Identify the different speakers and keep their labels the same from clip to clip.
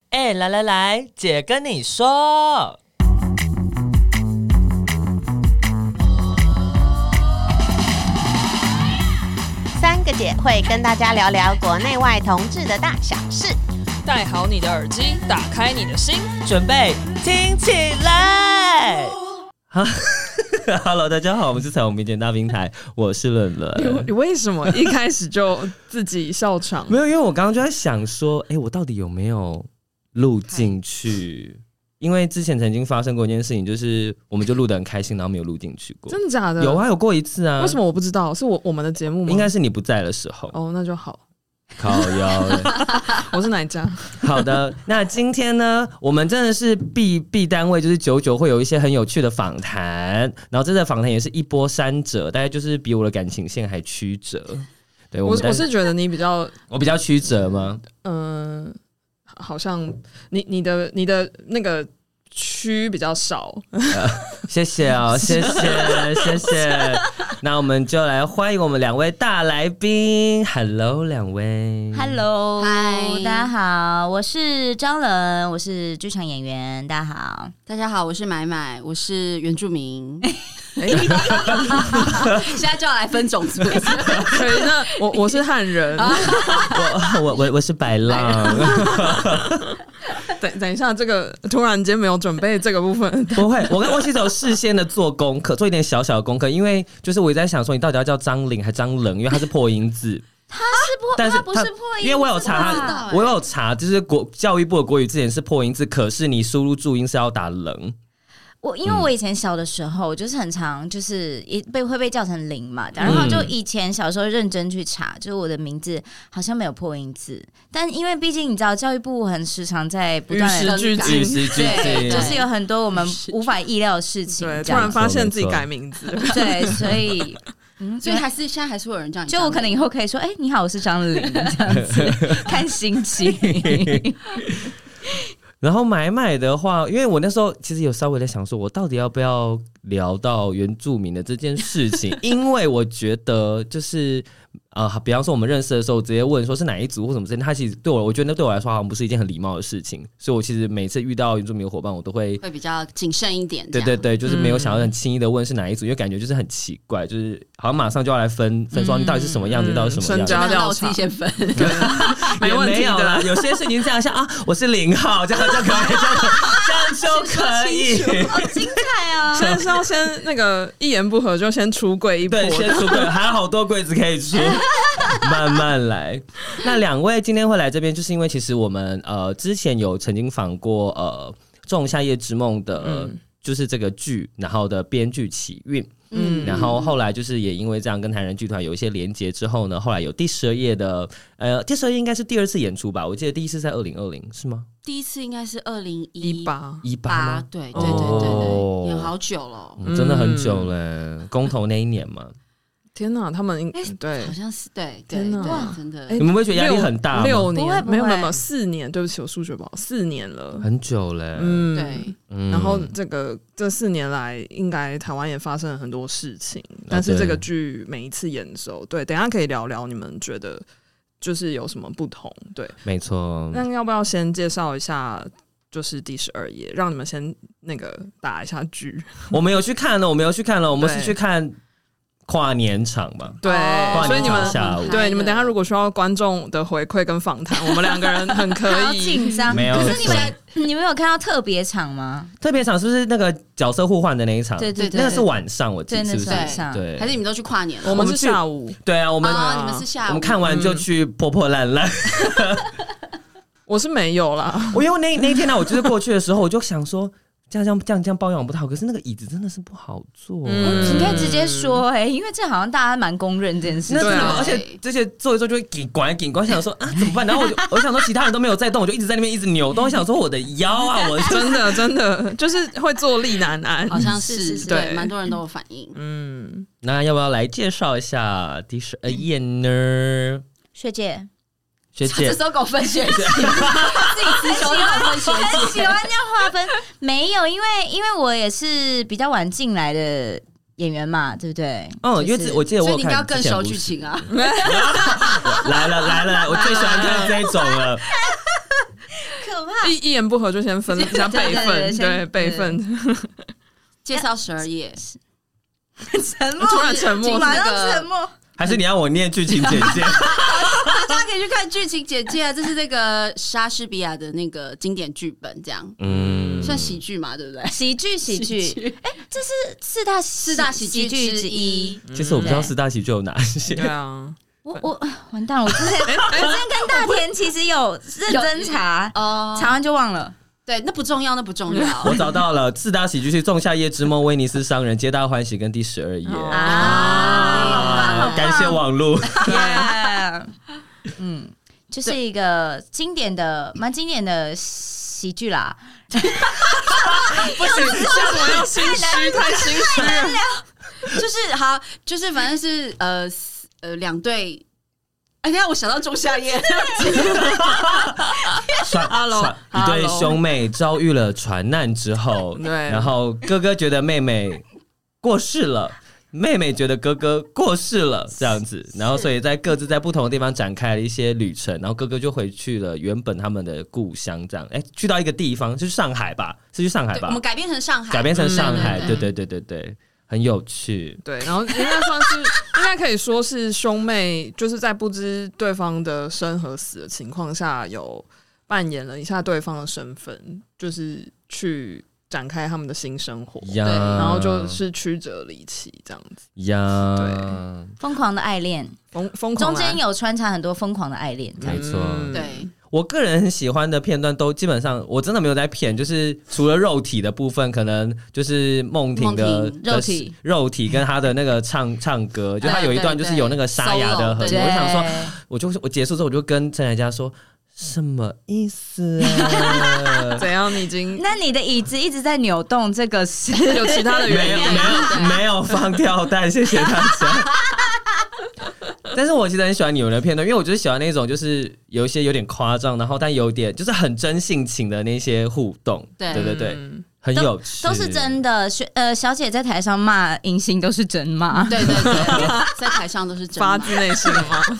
Speaker 1: 嘿，哎来来来，姐跟你说，
Speaker 2: 三个姐会跟大家聊聊国内外同志的大小事。
Speaker 3: 戴好你的耳机，打开你的心。
Speaker 1: 准备听起来。Hello，大家好，我们是彩虹民间大平台，我是伦 伦。
Speaker 3: 你 为什么一开始就自己笑场？
Speaker 1: 没有，因为我刚刚就在想说，哎、我到底有没有录进去？因为之前曾经发生过一件事情，就是我们就录得很开心，然后没有录进去过。
Speaker 3: 真的假的？
Speaker 1: 有啊，有过一次啊。
Speaker 3: 为什么我不知道？是我我们的节目吗？
Speaker 1: 应该是你不在的时候。
Speaker 3: 哦，那就好。
Speaker 1: 靠腰嘞。
Speaker 3: 我是哪一 家？
Speaker 1: 好的，那今天呢，我们真的是必必单位，就是九九会有一些很有趣的访谈，然后这次访谈也是一波三折，大概就是比我的感情线还曲折。对，
Speaker 3: 我
Speaker 1: 们
Speaker 3: 我是觉得你比较，
Speaker 1: 我比较曲折吗？
Speaker 3: 嗯、好像你你的你的那个区比 较少。
Speaker 1: 谢谢 哦，谢谢谢谢。那我们就来欢迎我们两位大来宾，Hello，两位
Speaker 4: Hello，
Speaker 2: 嗨
Speaker 4: 大家好，我是张伦，我是剧场演员，大家好。
Speaker 5: 大家好，我是买买，我是原住民，
Speaker 3: 哎、
Speaker 5: 现在就要来分种族。
Speaker 3: 可以，那啊我我是汉人。
Speaker 1: 我 我我我是白浪，
Speaker 3: 等等一下，这个突然间没有准备这个 部分，
Speaker 1: 不会，我跟我其实有事先的做功课，做一点小小的功课，因为就是我一直在想说，你到底要叫张玲还张冷，因为它是破音字。
Speaker 4: 是破
Speaker 1: 但是
Speaker 4: 他不是
Speaker 1: 他
Speaker 4: 破音，
Speaker 1: 因为我有查
Speaker 4: 是
Speaker 5: 知
Speaker 4: 吧
Speaker 5: 道
Speaker 1: 他，
Speaker 5: 欸
Speaker 1: 我有查，就是国教育部的国语字典是破音字，可是你输入注音是要打 棱。
Speaker 4: 我因为我以前小的时候，就是很常就是一被会被叫成零嘛，然后就以前小时候认真去查，就是我的名字好像没有破音字，但因为毕竟你知道教育部很时常在不
Speaker 3: 与
Speaker 4: 断
Speaker 3: 时
Speaker 4: 的
Speaker 3: 俱
Speaker 5: 更
Speaker 3: 进
Speaker 1: 与。时俱进，
Speaker 5: 对
Speaker 4: 就是有很多我们
Speaker 5: 是
Speaker 4: 无法意料的事情，
Speaker 3: 对，突
Speaker 4: 这
Speaker 3: 然
Speaker 4: 样
Speaker 3: 发现自己
Speaker 1: 没错
Speaker 3: 改名字，
Speaker 4: 对，所以
Speaker 3: 嗯
Speaker 5: 所以还是现在还是会有人这样，
Speaker 4: 就我可能以后可以说，哎、你好，我是张玲，这样子 看心情。
Speaker 1: 然后买买的话，因为我那时候其实有稍微在想，说我到底要不要聊到原住民的这件事情，因为我觉得就是啊、呃比方说我们认识的时候，直接问说是哪一族或什么之类的，他其实对我，我觉得那对我来说好像不是一件很礼貌的事情，所以我其实每次遇到原住民的伙伴，我都会
Speaker 5: 会比较谨慎一点。
Speaker 1: 对对，对，就是没有想要很轻易的问是哪一组，因为感觉就是很奇怪，就是好像马上就要来分分说你到底是什么样子，
Speaker 3: 嗯
Speaker 1: 到底是什么样子
Speaker 3: 身。家
Speaker 5: 那我自己先分。
Speaker 3: 没问
Speaker 1: 也
Speaker 3: 题
Speaker 1: 有啦
Speaker 3: 的。
Speaker 1: 有些事情这样像啊，我是零号，这样就可以，这样就可以。
Speaker 4: 好精彩啊！
Speaker 3: 现在是要先那个一言不合就先出柜一波，
Speaker 1: 对，先出柜，还有好多柜子可以出，慢慢来。那两位今天会来这边，就是因为其实我们呃之前有曾经访过呃《仲夏夜之梦》的，
Speaker 3: 嗯
Speaker 1: 就是这个剧，然后的编剧起韵。
Speaker 3: 嗯
Speaker 1: 然后后来就是也因为这样跟台人剧团有一些连接之后呢，后来有第十二页的，呃，第十二页应该是第二次演出吧？我记得第一次在二零二零是吗？
Speaker 5: 第一次应该是二零
Speaker 3: 一八
Speaker 1: 一八
Speaker 5: 八，
Speaker 1: 吗？
Speaker 5: 对对对对
Speaker 1: 哦
Speaker 5: 对，演好久了，
Speaker 1: 嗯真的很久了，公投那一年嘛，
Speaker 3: 天哪，他们应
Speaker 4: 哎
Speaker 3: 对
Speaker 5: 好，像是对对
Speaker 3: 天哪
Speaker 5: 对，真的
Speaker 3: 哎
Speaker 1: 你们会觉得压力很大吗？
Speaker 3: 六
Speaker 4: 不会
Speaker 3: 年
Speaker 4: 不会
Speaker 3: 没有没有没有四年，对不起，我数学不好，四年了。
Speaker 1: 很久了，嗯，
Speaker 3: 嗯，。
Speaker 5: 对。
Speaker 3: 然后这个这四年来，应该台湾也发生了很多事情，但是
Speaker 1: 啊对
Speaker 3: 这个剧每一次演的时候，对，等一下可以聊聊你们觉得就是有什么不同，对。
Speaker 1: 没错，
Speaker 3: 那要不要先介绍一下，就是第十二页，让你们先那个打一下剧，
Speaker 1: 我们有去看了，哦我们有去看了，我们是
Speaker 3: 对
Speaker 1: 去看跨年场嘛，
Speaker 3: 对
Speaker 5: 哦，
Speaker 3: 所以你们嗯
Speaker 1: 跨年下午
Speaker 3: 对你们等一下如果需要观众的回馈跟访谈，我们两个人很 可
Speaker 4: 好
Speaker 3: 以。
Speaker 4: 紧张，
Speaker 1: 没有
Speaker 4: 啊可是你
Speaker 1: 错
Speaker 4: 们你们有看到特别场吗？
Speaker 1: 特别场是不是那个角色互换的那一场？
Speaker 4: 对对对，
Speaker 1: 那个是晚上，我记得
Speaker 4: 真
Speaker 1: 是不
Speaker 4: 的是
Speaker 1: 是？
Speaker 4: 晚上。
Speaker 1: 对，
Speaker 5: 还是你们都去跨年了？
Speaker 3: 我们是
Speaker 1: 我们去
Speaker 3: 下午，
Speaker 1: 对啊，我们
Speaker 5: 哦，你们是下午
Speaker 1: 我们看完就去破破烂烂。
Speaker 3: 我是没有 啦，
Speaker 1: 我因为那那一天呢、啊我就是过去的时候，我就想说，这样这样这样这样抱怨我不太好，可是那个椅子真的是不好坐，啊
Speaker 3: 嗯
Speaker 4: 你可以直接说哎、因为这好像大家蛮公认这件事
Speaker 1: 那
Speaker 4: 情。
Speaker 1: 真的，
Speaker 3: 对啊
Speaker 1: 而且这些坐一坐就会紧管紧管，想说 啊怎么办？然后我就我想说其他人都没有在动，我就一直在那边一直扭动，我想说我的腰 啊，我
Speaker 3: 真的真的就是会坐立难安。
Speaker 5: 好像
Speaker 4: 是是
Speaker 5: 是
Speaker 4: 是
Speaker 3: 对
Speaker 5: 对，蛮多人都有反应。
Speaker 3: 嗯，
Speaker 1: 那要不要来介绍一下第十二页呢？
Speaker 4: 学姐，
Speaker 1: 学
Speaker 5: 他啊这
Speaker 1: 姐
Speaker 5: 时候给我分 学姐，自己吃球给我分学
Speaker 4: 很
Speaker 5: 姐。
Speaker 4: 喜欢这样划分。没有，因为因为我也是比较晚进来的演员嘛，对不对？
Speaker 1: 嗯，因为
Speaker 4: 就
Speaker 1: 这
Speaker 4: 是
Speaker 1: 我记得我
Speaker 5: 所以
Speaker 1: 有
Speaker 5: 你应该
Speaker 1: 看
Speaker 5: 要更
Speaker 1: 之前
Speaker 5: 熟
Speaker 1: 不是
Speaker 5: 剧情啊！
Speaker 1: 来了来了来，我最喜欢看这一种了。
Speaker 4: 可可怕！
Speaker 3: 一一言不合就先分加备
Speaker 4: 对对对
Speaker 3: 份，
Speaker 4: 先
Speaker 3: 对备份。
Speaker 5: 介绍十二页，
Speaker 4: 沉默，
Speaker 3: 突然沉默
Speaker 4: 马上
Speaker 5: 那个
Speaker 4: 沉默。
Speaker 1: 还是你要我念剧情简介？
Speaker 5: 大家可以去看剧情简介啊，这是那个莎士比亚的那个经典剧本，这样
Speaker 1: 嗯，
Speaker 5: 算喜剧嘛，对不对？
Speaker 4: 喜剧，喜剧，这是四大四
Speaker 5: 四大喜剧之一，，
Speaker 1: 其实我不知道
Speaker 4: 对
Speaker 1: 四大喜剧有哪些
Speaker 5: 嗯
Speaker 3: 对。啊，
Speaker 4: 我我完蛋了，我之前我之前跟大田其实有认真查，
Speaker 5: 哦
Speaker 4: 查完就忘了。
Speaker 5: 对，那不重要，那不重要。
Speaker 1: 我找到了四大喜剧是《仲夏夜之梦》《威尼斯商人》《皆大欢喜》跟第十二夜。
Speaker 3: 哦
Speaker 1: 啊
Speaker 4: 啊！
Speaker 1: 感谢网路，
Speaker 4: Yeah 嗯，就是一个经典的、蛮经典的喜剧啦。
Speaker 3: 不行，像我要心虚，太心虚了。
Speaker 5: 就是好，就是反正是呃四呃两对。哎，等一下我想到仲夏夜，
Speaker 1: 船船一对
Speaker 3: hello
Speaker 1: 兄妹遭遇了船难之后，
Speaker 3: 对
Speaker 1: 然后哥哥觉得妹妹过世了。 妹妹觉得哥哥过世了，这样子，然后所以在各自在不同的地方展开了一些旅程，然后哥哥就回去了原本他们的故乡，这样，哎、去到一个地方，就是上海吧，是去上海
Speaker 5: 对，
Speaker 1: 吧
Speaker 5: 我，们改编成上海，
Speaker 1: 改编成上海，
Speaker 5: 嗯
Speaker 1: 对对对对对，很有趣，
Speaker 3: 对，然后应该算是，应该可以说是兄妹，就是在不知对方的生和死的情况下，有扮演了一下对方的身份，就是去展开他们的新生活，
Speaker 1: 呀，
Speaker 3: 然后就是曲折离奇这样子，
Speaker 1: 呀，
Speaker 3: 对
Speaker 4: 疯狂的爱恋，
Speaker 3: 疯疯狂
Speaker 4: 中
Speaker 3: 啊
Speaker 4: 间有穿插很多疯狂的爱恋，这样
Speaker 1: 没错，
Speaker 3: 嗯？
Speaker 5: 对，
Speaker 1: 我个人很喜欢的片段都基本上我真的没有在骗，就是除了肉体的部分，可能就是梦婷的
Speaker 5: 梦婷
Speaker 1: 的
Speaker 4: 肉体
Speaker 1: 肉体跟她的那个 唱唱歌，就她有一段就是有那个沙哑的很，我
Speaker 5: 对
Speaker 1: 就
Speaker 5: 对对
Speaker 1: 想说，
Speaker 4: 对
Speaker 1: 我就我结束之后我就跟陈凯佳说什么意思、啊
Speaker 3: 怎样？你已经
Speaker 4: 那你的椅子一直在扭动，这个是
Speaker 3: 有其他的原
Speaker 1: 没
Speaker 3: 因
Speaker 1: 有没有没有放跳蛋，谢谢大 家。但是我其实很喜欢你们的片段，因为我就是喜欢那种就是有一些有点夸张，然后但有点就是很真性情的那些互动。
Speaker 5: 对
Speaker 1: 对对对，
Speaker 3: 嗯
Speaker 1: 很有趣，
Speaker 4: 都是真的。学呃，小姐在台上骂银星都是真骂，
Speaker 5: 对对对，在台上都是真
Speaker 3: 发
Speaker 5: 的。
Speaker 3: 自内心的吗？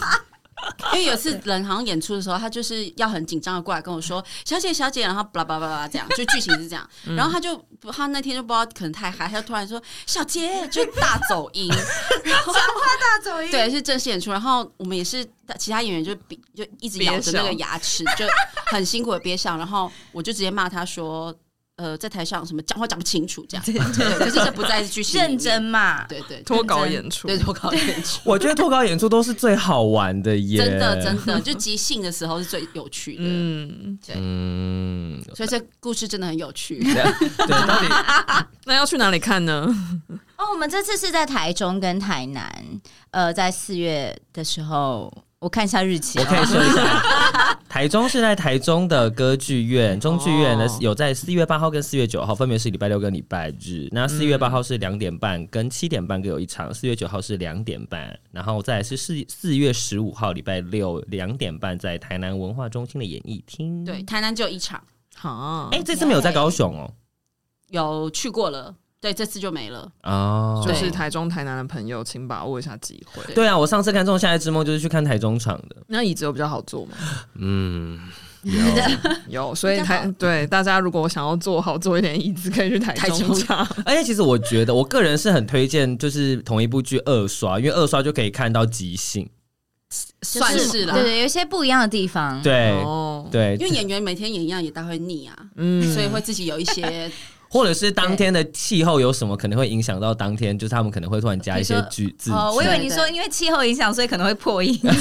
Speaker 5: 因为有一次人好像演出的时候，他就是要很紧张的过来跟我说：“小姐，小姐。”然后巴拉巴拉巴拉这样，就剧情是这样。然后他就他那天就不知道可能太嗨，他就突然说：“小姐！”就大走音，然后
Speaker 4: 大走音
Speaker 5: 对，是正式演出。然后我们也是其他演员就比就一直咬着那个牙齿，就很辛苦的憋笑。然后我就直接骂他说：“呃，在台上什么讲话讲不清楚这样。”对，可是这不在剧情里面
Speaker 4: 认真，骂，
Speaker 5: 对对对
Speaker 3: 脱稿演出，
Speaker 5: 对，脱稿演出。
Speaker 1: 我觉得脱稿演出都是最好玩的耶，
Speaker 5: 真的真的，就即兴的时候是最有趣的。
Speaker 3: 嗯，
Speaker 1: 嗯，
Speaker 5: 所以这故事真的很有趣。
Speaker 1: 对，到底
Speaker 3: 那要去哪里看呢？
Speaker 4: 哦，我们这次是在台中跟台南，呃，在四月的时候，我看一下日期、
Speaker 1: 我
Speaker 4: 哦。
Speaker 1: 可以说一下，台中是在台中的歌剧院，中剧院呢
Speaker 3: 哦
Speaker 1: 有在四月八号跟四月九号，分别是礼拜六跟礼拜日。那四月八号是两点半跟七点半各有一场，四月九号是两点半，然后再来是四四月十五号礼拜六两点半在台南文化中心的演艺厅。
Speaker 5: 对，，台南只有一场，
Speaker 3: 好，
Speaker 1: 哎，这次没有在高雄哦，
Speaker 5: 有去过了，对，这次就没了。
Speaker 1: 哦，
Speaker 3: 就是
Speaker 5: 对
Speaker 3: 台中、台南的朋友，请把握一下机会。
Speaker 1: 对啊，我上次看《仲夏夜之梦》就是去看台中场的，
Speaker 3: 那椅子有比较好坐吗？
Speaker 1: 嗯，
Speaker 3: 有，所以
Speaker 5: 比较
Speaker 3: 台对大家如果想要坐好坐一点椅子，可以去台
Speaker 5: 台
Speaker 3: 中
Speaker 5: 中
Speaker 3: 茶。
Speaker 1: 而且其实我觉得，我个人是很推荐，就是同一部剧二刷，因为二刷就可以看到即兴，
Speaker 4: 就
Speaker 5: 算是啦
Speaker 4: 对对，有一些不一样的地方。
Speaker 1: 对、
Speaker 3: 哦，
Speaker 1: 哎对
Speaker 5: 因，为演员每天演一样，也大会腻啊，
Speaker 3: 嗯
Speaker 5: 所以会自己有一 些，
Speaker 1: 或者是当天的气候有什么，可能会影响到当天，就是他们可能会突然加一些句字句，
Speaker 4: 哦，我以为
Speaker 5: 对
Speaker 4: 你
Speaker 5: 对
Speaker 4: 说因为气候影响，所以可能会破 音，
Speaker 1: 这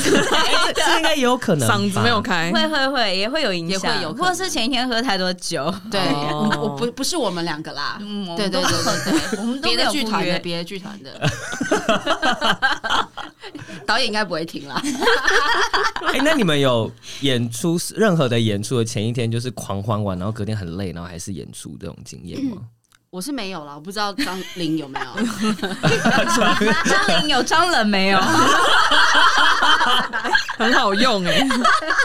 Speaker 1: 这应该也有可能吧，
Speaker 3: 嗓子没有开，
Speaker 4: 会会会也会有影
Speaker 5: 也
Speaker 4: 响，
Speaker 5: 会有可
Speaker 4: 或
Speaker 5: 能
Speaker 4: 者是前一天喝太多酒。
Speaker 5: 对，
Speaker 3: 哦
Speaker 5: 我们我不不是我们两个啦，
Speaker 4: 嗯，我们
Speaker 5: 对对
Speaker 4: 都
Speaker 5: 对对对，
Speaker 4: 我们都
Speaker 5: 别
Speaker 4: 没
Speaker 5: 的
Speaker 4: 有
Speaker 5: 剧
Speaker 4: 不
Speaker 5: 团的，
Speaker 4: 约
Speaker 5: 别的剧团的， 导演应该不会听啦。
Speaker 1: 哎、那你们有演出任何的演出的前一天就是狂欢完，然后隔天很累，然后还是演出这种经验吗？
Speaker 5: 我是没有啦，我不知道张琳有没有，
Speaker 4: 张琳有张冷没有？
Speaker 3: 很好用哎。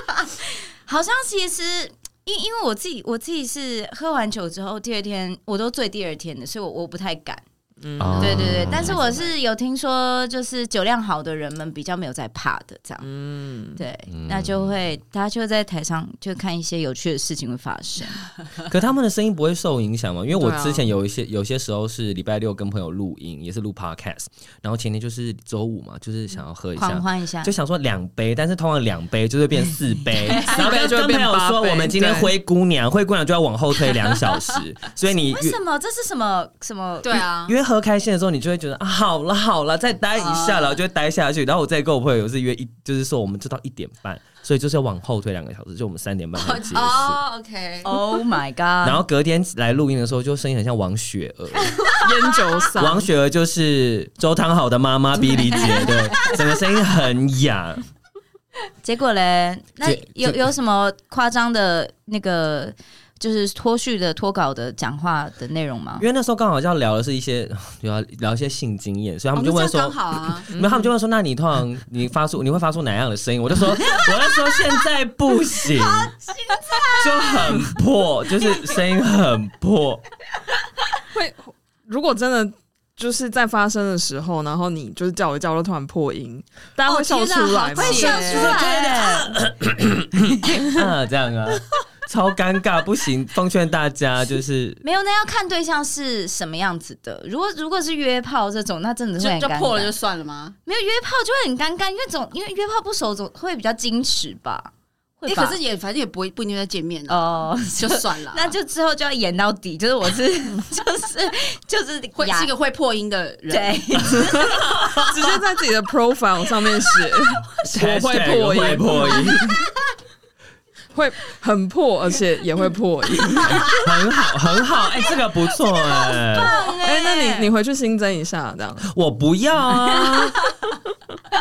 Speaker 4: 好像其实。因因为我自己我自己是喝完酒之后，第二天我都醉第二天的，所以我我不太敢。
Speaker 3: 嗯
Speaker 1: 啊
Speaker 4: 对对对，但是我是有听说，就是酒量好的人们比较没有在怕的这样。
Speaker 3: 嗯，
Speaker 4: 对，那就会大家就会在台上就看一些有趣的事情会发生。
Speaker 1: 可他们的声音不会受影响吗？因为我
Speaker 3: 对啊
Speaker 1: 之前有一些有些时候是礼拜六跟朋友录音，也是录 podcast，然后前天就是周五嘛，就是想要喝一
Speaker 4: 狂
Speaker 1: 下。
Speaker 4: 欢一下
Speaker 1: 就，想说两杯，但是通常两杯就会变四 杯，然后
Speaker 3: 四杯就
Speaker 1: 跟
Speaker 3: 会
Speaker 1: 朋
Speaker 3: 变
Speaker 1: 友
Speaker 3: 八
Speaker 1: 说
Speaker 3: 杯
Speaker 1: 我们今天
Speaker 3: 对
Speaker 1: 灰姑娘，灰姑娘就要往后推两小 时，所以你
Speaker 4: 为
Speaker 1: 越
Speaker 4: 什么这是什么什么？
Speaker 5: 对啊，
Speaker 1: 约喝开心的时候，你就会觉得啊，好了好了，再待一下
Speaker 5: 啊
Speaker 1: 了，就会待下去。然后我再跟我朋友有一次约一，就是说我们就到一点半，所以就是要往后推两个小时，就我们三点半才 结束。
Speaker 5: 哦，OK，
Speaker 4: Oh my god！
Speaker 1: 然后隔天来录音的时候，就声音很像王雪儿。
Speaker 3: 烟酒嗓，
Speaker 1: 王雪儿就是周汤好的妈妈比利姐，对，整个声音很哑。
Speaker 4: 结果嘞，那
Speaker 1: 结
Speaker 4: 有
Speaker 1: 结
Speaker 4: 有什么夸张的那个就是脱序的脱稿的讲话的内容吗
Speaker 1: 因？为那时候刚好要聊的是一些 聊聊一些性经验，所以他
Speaker 5: 我
Speaker 1: 们就问
Speaker 5: 哦这样
Speaker 1: 说
Speaker 5: 刚。好啊，
Speaker 1: 没有，他们就问说：“那你通常你发出你会发出哪样的声音？”我就说：“我就说现在不行，就很破，就是声音很破。
Speaker 3: 会如果真的就是在发生的时候，然后你就是叫一叫，就突然破音，大家会笑出来吗？
Speaker 5: 哦天啊好贱
Speaker 4: 来的，
Speaker 1: 啊，这样啊，超尴尬，不行。奉劝大家就是
Speaker 4: 没有，那要看对象是什么样子的。如果如果是约炮这种，那真的是 会
Speaker 5: 就就
Speaker 4: 很尴
Speaker 5: 破了
Speaker 4: 尬。
Speaker 5: 就算了吗？
Speaker 4: 没有约炮就会很尴尬，因为哦总因为约炮不熟，总会比较矜持吧，会
Speaker 5: 哎，
Speaker 4: 吧？
Speaker 5: 可是也反正也不会不一定会再见面啊了，
Speaker 4: 哦，
Speaker 5: 就算了啊，
Speaker 4: 那就之后就要演到底，就是我是 就是就是
Speaker 5: 会
Speaker 4: 牙
Speaker 5: 是一个会破音的人，
Speaker 4: 对，
Speaker 3: 直接在自己的 profile 上面写， 我会破
Speaker 1: hashtag 会
Speaker 3: 音，
Speaker 1: 破音，
Speaker 3: 会很破，而且也会破音。
Speaker 1: 很好很好，哎、这个不错哎、
Speaker 3: 哎、那你你回去新增一下，这样
Speaker 1: 我不要啊，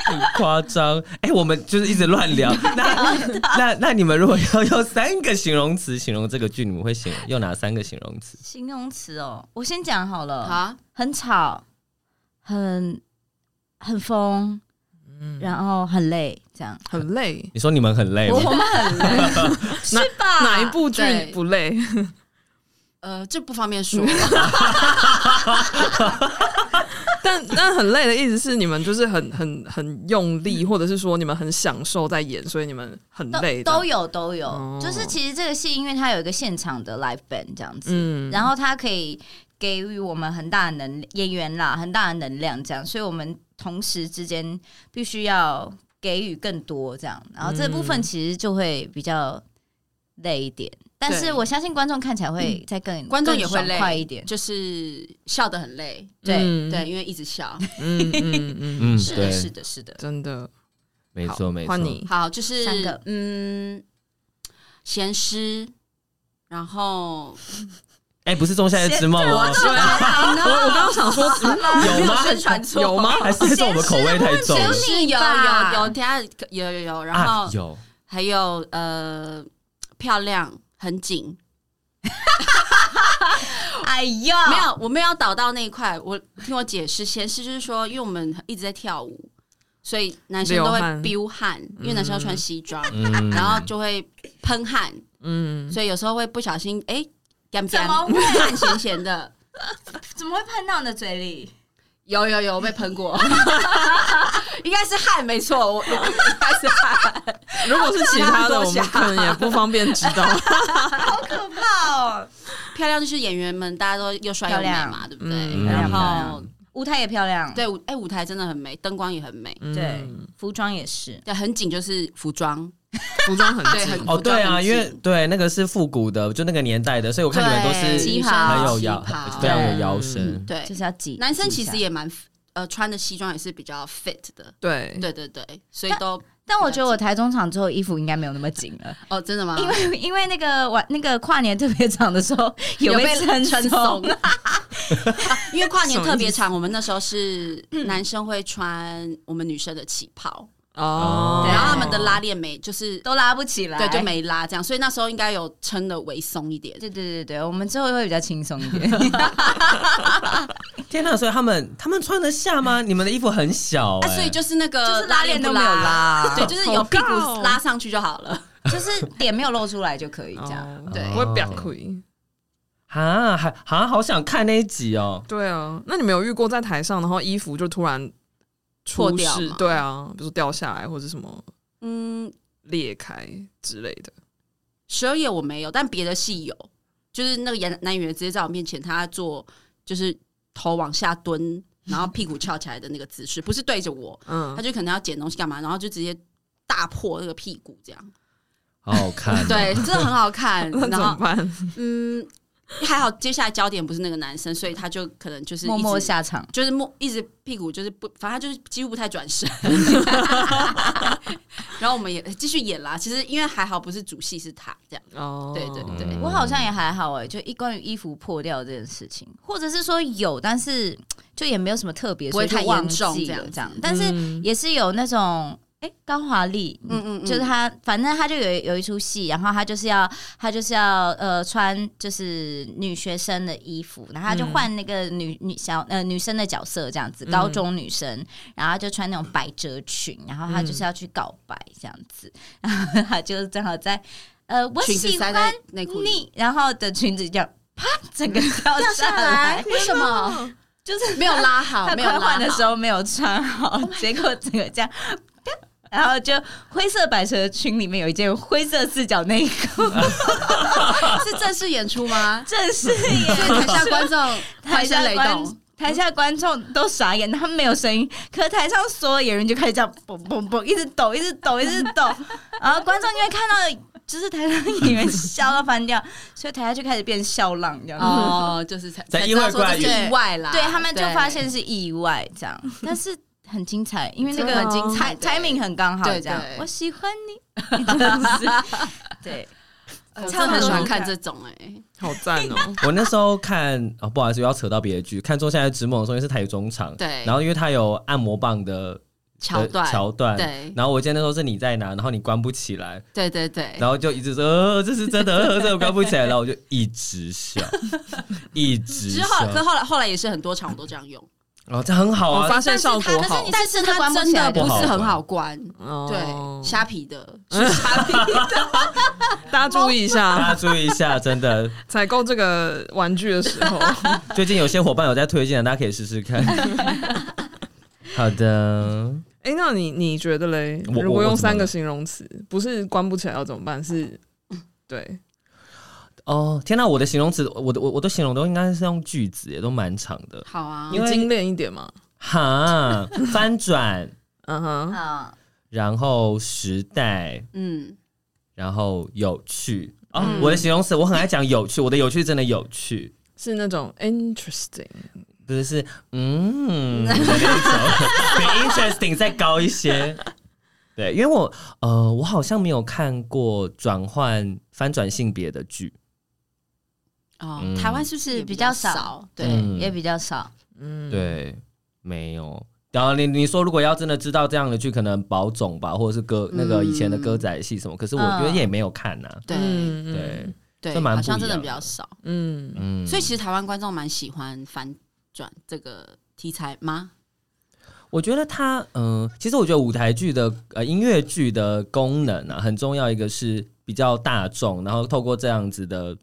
Speaker 1: 很夸张。哎、我们就是一直乱 聊。那那那你们如果要用三个形容词形容这个剧，你们会形容用哪三个形容词？
Speaker 4: 形容词哦，我先讲好了。
Speaker 5: 好啊，
Speaker 4: 很吵，很很疯，
Speaker 5: 嗯
Speaker 4: 然后很累，这样
Speaker 3: 很累。
Speaker 1: 你说你们很累吗？
Speaker 4: 们 很累是吧？
Speaker 3: 哪一部剧
Speaker 5: 对
Speaker 3: 不累？
Speaker 5: 呃，这不方便说，
Speaker 4: 嗯
Speaker 3: 但但很累的意思是你们就是很很很用力，或者是说你们很享受在演，所以你们很
Speaker 4: 都
Speaker 3: 累。
Speaker 4: 都有都有、
Speaker 3: 哦
Speaker 4: 就是其实这个戏因为它有一个现场的 live band 这样子，
Speaker 3: 嗯
Speaker 4: 然后它可以给予我们很大的能演员啦，很大的能量这样，所以我们同时之间必须要给予更多这样，然后这部
Speaker 5: 嗯
Speaker 4: 分其实就会比较累一点。但是
Speaker 5: 对嗯
Speaker 4: 我相信观众看起来会再更、
Speaker 5: 观众也会
Speaker 4: 更爽
Speaker 5: 累
Speaker 4: 快一点，
Speaker 5: 就是笑得很累，
Speaker 4: 对、
Speaker 3: 嗯
Speaker 5: 对，因为一直 笑，
Speaker 3: 嗯嗯嗯，
Speaker 1: 嗯，
Speaker 5: 是
Speaker 1: 对
Speaker 5: 的，，是的，是的。
Speaker 3: 真的
Speaker 1: 没
Speaker 3: 好
Speaker 1: 错没错。
Speaker 3: 换你，
Speaker 5: 好，就是
Speaker 4: 三个
Speaker 5: 嗯，闲诗，然 后啊
Speaker 1: 哎、不是《仲夏夜之梦》哦，
Speaker 4: 啊
Speaker 3: 我我刚刚想说，嗯
Speaker 1: 有吗？
Speaker 5: 宣传错
Speaker 3: 有吗？
Speaker 1: 还是是我们口味太重了？
Speaker 5: 是有有
Speaker 4: 吧
Speaker 5: 有，等下有有有，然
Speaker 1: 啊
Speaker 5: 后，
Speaker 1: 有
Speaker 5: 还有呃，漂亮很紧，
Speaker 4: 哎呦，
Speaker 5: 没有，我没有要导到那一块。我听我解释，先是就是说，因为我们一直在跳舞，所以男生都
Speaker 3: 流
Speaker 5: 会
Speaker 3: 汗
Speaker 5: 飙汗，因为男生要穿西装，
Speaker 1: 嗯
Speaker 5: 然后就会喷汗，
Speaker 3: 嗯，
Speaker 5: 所以有时候会不小心哎，干
Speaker 4: 怎
Speaker 5: 干
Speaker 4: 么会
Speaker 5: 汗咸咸的，
Speaker 4: 怎么会喷到你的嘴里？
Speaker 5: 有有有被喷过， 应该是汗没错，我我应该是汗。
Speaker 3: 如果是其他 的，我们可能也不方便知道。
Speaker 4: 好可怕哦！
Speaker 5: 漂亮就是演员们，大家都又帅又美嘛，对不对？
Speaker 3: 嗯
Speaker 5: 然
Speaker 4: 漂
Speaker 5: 后
Speaker 4: 亮舞台也漂亮，
Speaker 5: 对舞哎舞台真的很美，灯光也很美，
Speaker 4: 对
Speaker 3: 嗯，
Speaker 4: 服装也是。
Speaker 5: 对很紧就是服装，
Speaker 3: 服装很
Speaker 5: 对
Speaker 3: 紧
Speaker 5: 很
Speaker 1: 哦，对啊，
Speaker 5: 服装很
Speaker 1: 因为
Speaker 5: 紧
Speaker 1: 对那个是复古的，就那个年代的，所以我看你们都
Speaker 5: 对
Speaker 1: 是
Speaker 5: 旗袍
Speaker 1: 很有啊摇
Speaker 5: 旗袍，
Speaker 1: 非常有摇身。
Speaker 5: 对
Speaker 4: 就是要挤，
Speaker 5: 男生其
Speaker 4: 挤一
Speaker 5: 实
Speaker 4: 下，
Speaker 5: 也蛮呃穿的西装也是比较 fit 的，
Speaker 3: 对
Speaker 5: 对对对，所以都
Speaker 4: 但我觉得我台中场之后衣服应该没有那么紧了，
Speaker 5: 哦真的吗？
Speaker 4: 因为因为那个晚那个跨年特别场的时候啊 有被撑
Speaker 5: 穿
Speaker 4: 松，
Speaker 5: 松， 因为跨年特别长，我们那时候是
Speaker 4: 嗯
Speaker 5: 男生会穿我们女生的旗袍，
Speaker 1: 哦
Speaker 5: 然后他们的拉链没就是
Speaker 4: 都拉不起来，
Speaker 5: 对就。没拉这样，所以那时候应该有撑的微松一点。
Speaker 4: 对对对对，我们之后会比较轻松一 点。
Speaker 1: 天哪！所以他们他们穿得下 吗？你们的衣服很小
Speaker 5: 啊，
Speaker 1: 哎，
Speaker 5: 所以就是那
Speaker 4: 哦就
Speaker 5: 个
Speaker 4: 是拉
Speaker 5: 链
Speaker 4: 链
Speaker 5: 不
Speaker 4: 都没有，拉，
Speaker 5: 对，就是有屁
Speaker 3: 好高
Speaker 5: 股
Speaker 3: 哦
Speaker 5: 拉上去就好了。
Speaker 4: 就是点没有露出来就可以这样。
Speaker 3: 哦
Speaker 5: 对
Speaker 3: 不会表亏。
Speaker 1: 啊，还啊，好想看那一集 哦。
Speaker 3: 对啊，那你没有遇过在台上，然后衣服就突然
Speaker 5: 破
Speaker 3: 出
Speaker 5: 掉
Speaker 3: 事？
Speaker 5: 吗
Speaker 3: 对啊，比如说掉下来或者什么
Speaker 5: 嗯，
Speaker 3: 裂开之类的。
Speaker 5: 十二夜我没有，但别的戏有，就是那个演男演员直接在我面前，他做就是头往下蹲，然后屁股翘起来的那个姿势， 不是对着我，
Speaker 3: 嗯
Speaker 5: 他，就可能要捡东西干嘛，然后就直接大破那个屁股这 样。
Speaker 1: 好好看、
Speaker 4: 哎
Speaker 1: 哦，
Speaker 5: 对，真的很好看。
Speaker 3: 那怎
Speaker 5: 然
Speaker 3: 么
Speaker 5: 后
Speaker 3: 办？
Speaker 5: 嗯，还好接下来焦点不是那个男生，所以他就可能就是一直
Speaker 4: 默默下场。
Speaker 5: 就是摸一直屁股就是不，反正他就是几乎不太转 身。然后我们也继续演啦。其实因为还好不是主戏是他这样，
Speaker 3: 哦，
Speaker 5: 对对对
Speaker 1: 嗯
Speaker 4: 我好像也还好哎、就一关于衣服破掉这件事情，或者是说有，但是就也没有什么特别，
Speaker 5: 不会
Speaker 4: 所以就
Speaker 5: 太严
Speaker 4: 忘记
Speaker 5: 重这
Speaker 4: 了
Speaker 5: 样
Speaker 4: 这样
Speaker 5: 子，
Speaker 4: 但是
Speaker 3: 嗯
Speaker 4: 也是有那种哎、高华丽，嗯
Speaker 5: 嗯嗯嗯，
Speaker 4: 就是他，反正他就有有一出戏，然后他就是要他就是要呃穿就是女学生的衣服，然后他就换那个女、女小呃女生的角色这样子，
Speaker 3: 嗯
Speaker 4: 高中女生，然后他就穿那种百褶裙，然后他就是要去告白这样 子，然后他就正好在呃我
Speaker 5: 裙子
Speaker 4: 喜
Speaker 5: 塞
Speaker 4: 欢
Speaker 5: 在内裤里，
Speaker 4: 你，然后的裙子这样啪整个掉
Speaker 5: 掉
Speaker 4: 下
Speaker 5: 下
Speaker 4: 来，
Speaker 5: 来，为什么？
Speaker 4: 就是
Speaker 5: 没有拉好，
Speaker 4: 他
Speaker 5: 没有
Speaker 4: 快
Speaker 5: 拉
Speaker 4: 换的
Speaker 5: 好
Speaker 4: 时候没有穿好， 结果整个这样。然后就灰色百褶裙里面有一件灰色四角内 裤，？
Speaker 5: 是正式演出吗
Speaker 4: 正式耶！
Speaker 5: 所以台下观众欢
Speaker 4: 台
Speaker 5: 声
Speaker 4: 下
Speaker 5: 雷
Speaker 4: 观
Speaker 5: 动，
Speaker 4: 台下观众都傻眼，他们没有声音，可台上所有演员就开始这样嘣嘣嘣，一直抖，一直抖，一直 抖。然后观众因为看到就是台上演员笑到翻掉，所以台下就开始变笑浪这样子。
Speaker 5: 哦，就是才
Speaker 1: 在
Speaker 5: 才
Speaker 1: 意
Speaker 5: 知
Speaker 1: 外
Speaker 5: 道说
Speaker 1: 怪
Speaker 5: 这是
Speaker 4: 语
Speaker 5: 意外啦，
Speaker 4: 对他们就发现是意外这样，但是很精彩，因为那个
Speaker 3: 真的哦
Speaker 4: 彩
Speaker 5: 对
Speaker 4: timing 很刚好
Speaker 5: 对
Speaker 4: 这样
Speaker 5: 对。
Speaker 4: 我喜欢 你，真的是对，
Speaker 5: 对，我
Speaker 4: 差
Speaker 5: 真
Speaker 4: 不
Speaker 5: 的
Speaker 4: 多
Speaker 5: 很喜欢
Speaker 4: 是
Speaker 5: 看这
Speaker 4: 这
Speaker 5: 种哎，
Speaker 3: 好赞 哦！
Speaker 1: 我那时候看啊，不好意思，又要扯到别的剧。看《仲夏夜之梦》的时候，因为是台中场，
Speaker 5: 对
Speaker 1: 然后因为它有按摩棒的
Speaker 5: 桥段
Speaker 1: 的桥段，
Speaker 5: 对
Speaker 1: 然后我记得那时候是你在拿，然后你关不起来，
Speaker 5: 对对对，
Speaker 1: 然后就一直说、呃、这是真 的，呃这个关不起来，然后我就一直笑，一直
Speaker 5: 之
Speaker 1: 笑。
Speaker 5: 后可后来后来也是很多场我都这样用，
Speaker 1: 哦，这很好
Speaker 3: 我
Speaker 1: 啊，
Speaker 3: 发现效果好，
Speaker 5: 但是它
Speaker 4: 关不
Speaker 5: 真
Speaker 4: 起
Speaker 5: 的
Speaker 4: 来的
Speaker 5: 不
Speaker 1: 话
Speaker 5: 是很好关，
Speaker 3: 哦
Speaker 5: 对，虾皮的是虾皮的，
Speaker 3: 大家注意一
Speaker 1: 大家
Speaker 3: 下，
Speaker 1: 注意一下，真的，
Speaker 3: 采购这个玩具的时 候，
Speaker 1: 最近有些伙伴有在推荐，大家可以试试看。好的，
Speaker 3: 哎，那你你觉得嘞？
Speaker 1: 我
Speaker 3: 如果
Speaker 1: 我我怎
Speaker 3: 用
Speaker 1: 么
Speaker 3: 三个
Speaker 1: 了
Speaker 3: 形容词，不是关不起来要怎么办？是，
Speaker 5: 嗯
Speaker 3: 对，
Speaker 1: 哦，天哪，我的形容词，我的我我的形容都应该是用句子，也都蛮长的。
Speaker 5: 好啊
Speaker 1: 因，
Speaker 3: 你
Speaker 1: 为
Speaker 3: 精炼一点嘛。
Speaker 1: 哈，翻转，
Speaker 3: 嗯哼，
Speaker 4: 啊，
Speaker 1: 然后时代，
Speaker 5: 嗯，
Speaker 1: 然后有趣。哦，
Speaker 5: 嗯
Speaker 1: 我的形容词，我很爱讲有趣，我的有趣真的有趣，
Speaker 3: 是那种 interesting，
Speaker 1: 不是是嗯那种，比 interesting 再高一些。对，因为我呃，我好像没有看过转换翻转性别的剧，
Speaker 5: 哦
Speaker 1: 嗯，
Speaker 5: 台湾是不是也
Speaker 4: 比
Speaker 5: 比
Speaker 4: 较
Speaker 5: 较
Speaker 4: 少
Speaker 5: 少？对，
Speaker 1: 嗯
Speaker 4: 也比较少。
Speaker 3: 嗯，，
Speaker 1: 对，没有。然后你你说，如果要真的知道这样的剧，可能宝总吧，或者是歌那个以前的歌仔戏什么，可是我觉得也没有看呐、
Speaker 5: 嗯哦对
Speaker 1: 对，
Speaker 5: 对，
Speaker 1: 嗯这蛮
Speaker 5: 好
Speaker 1: 不
Speaker 5: 像
Speaker 1: 一
Speaker 5: 真的
Speaker 1: 样
Speaker 5: 比较
Speaker 1: 的
Speaker 5: 少，
Speaker 3: 嗯嗯，
Speaker 1: 嗯，
Speaker 5: 所以其实台湾观众蛮喜欢反转这个题材吗？
Speaker 1: 我觉得它，嗯、其实我觉得舞台剧的呃音乐剧的功能啊，很重要一个是比较大众，然后透过这样子的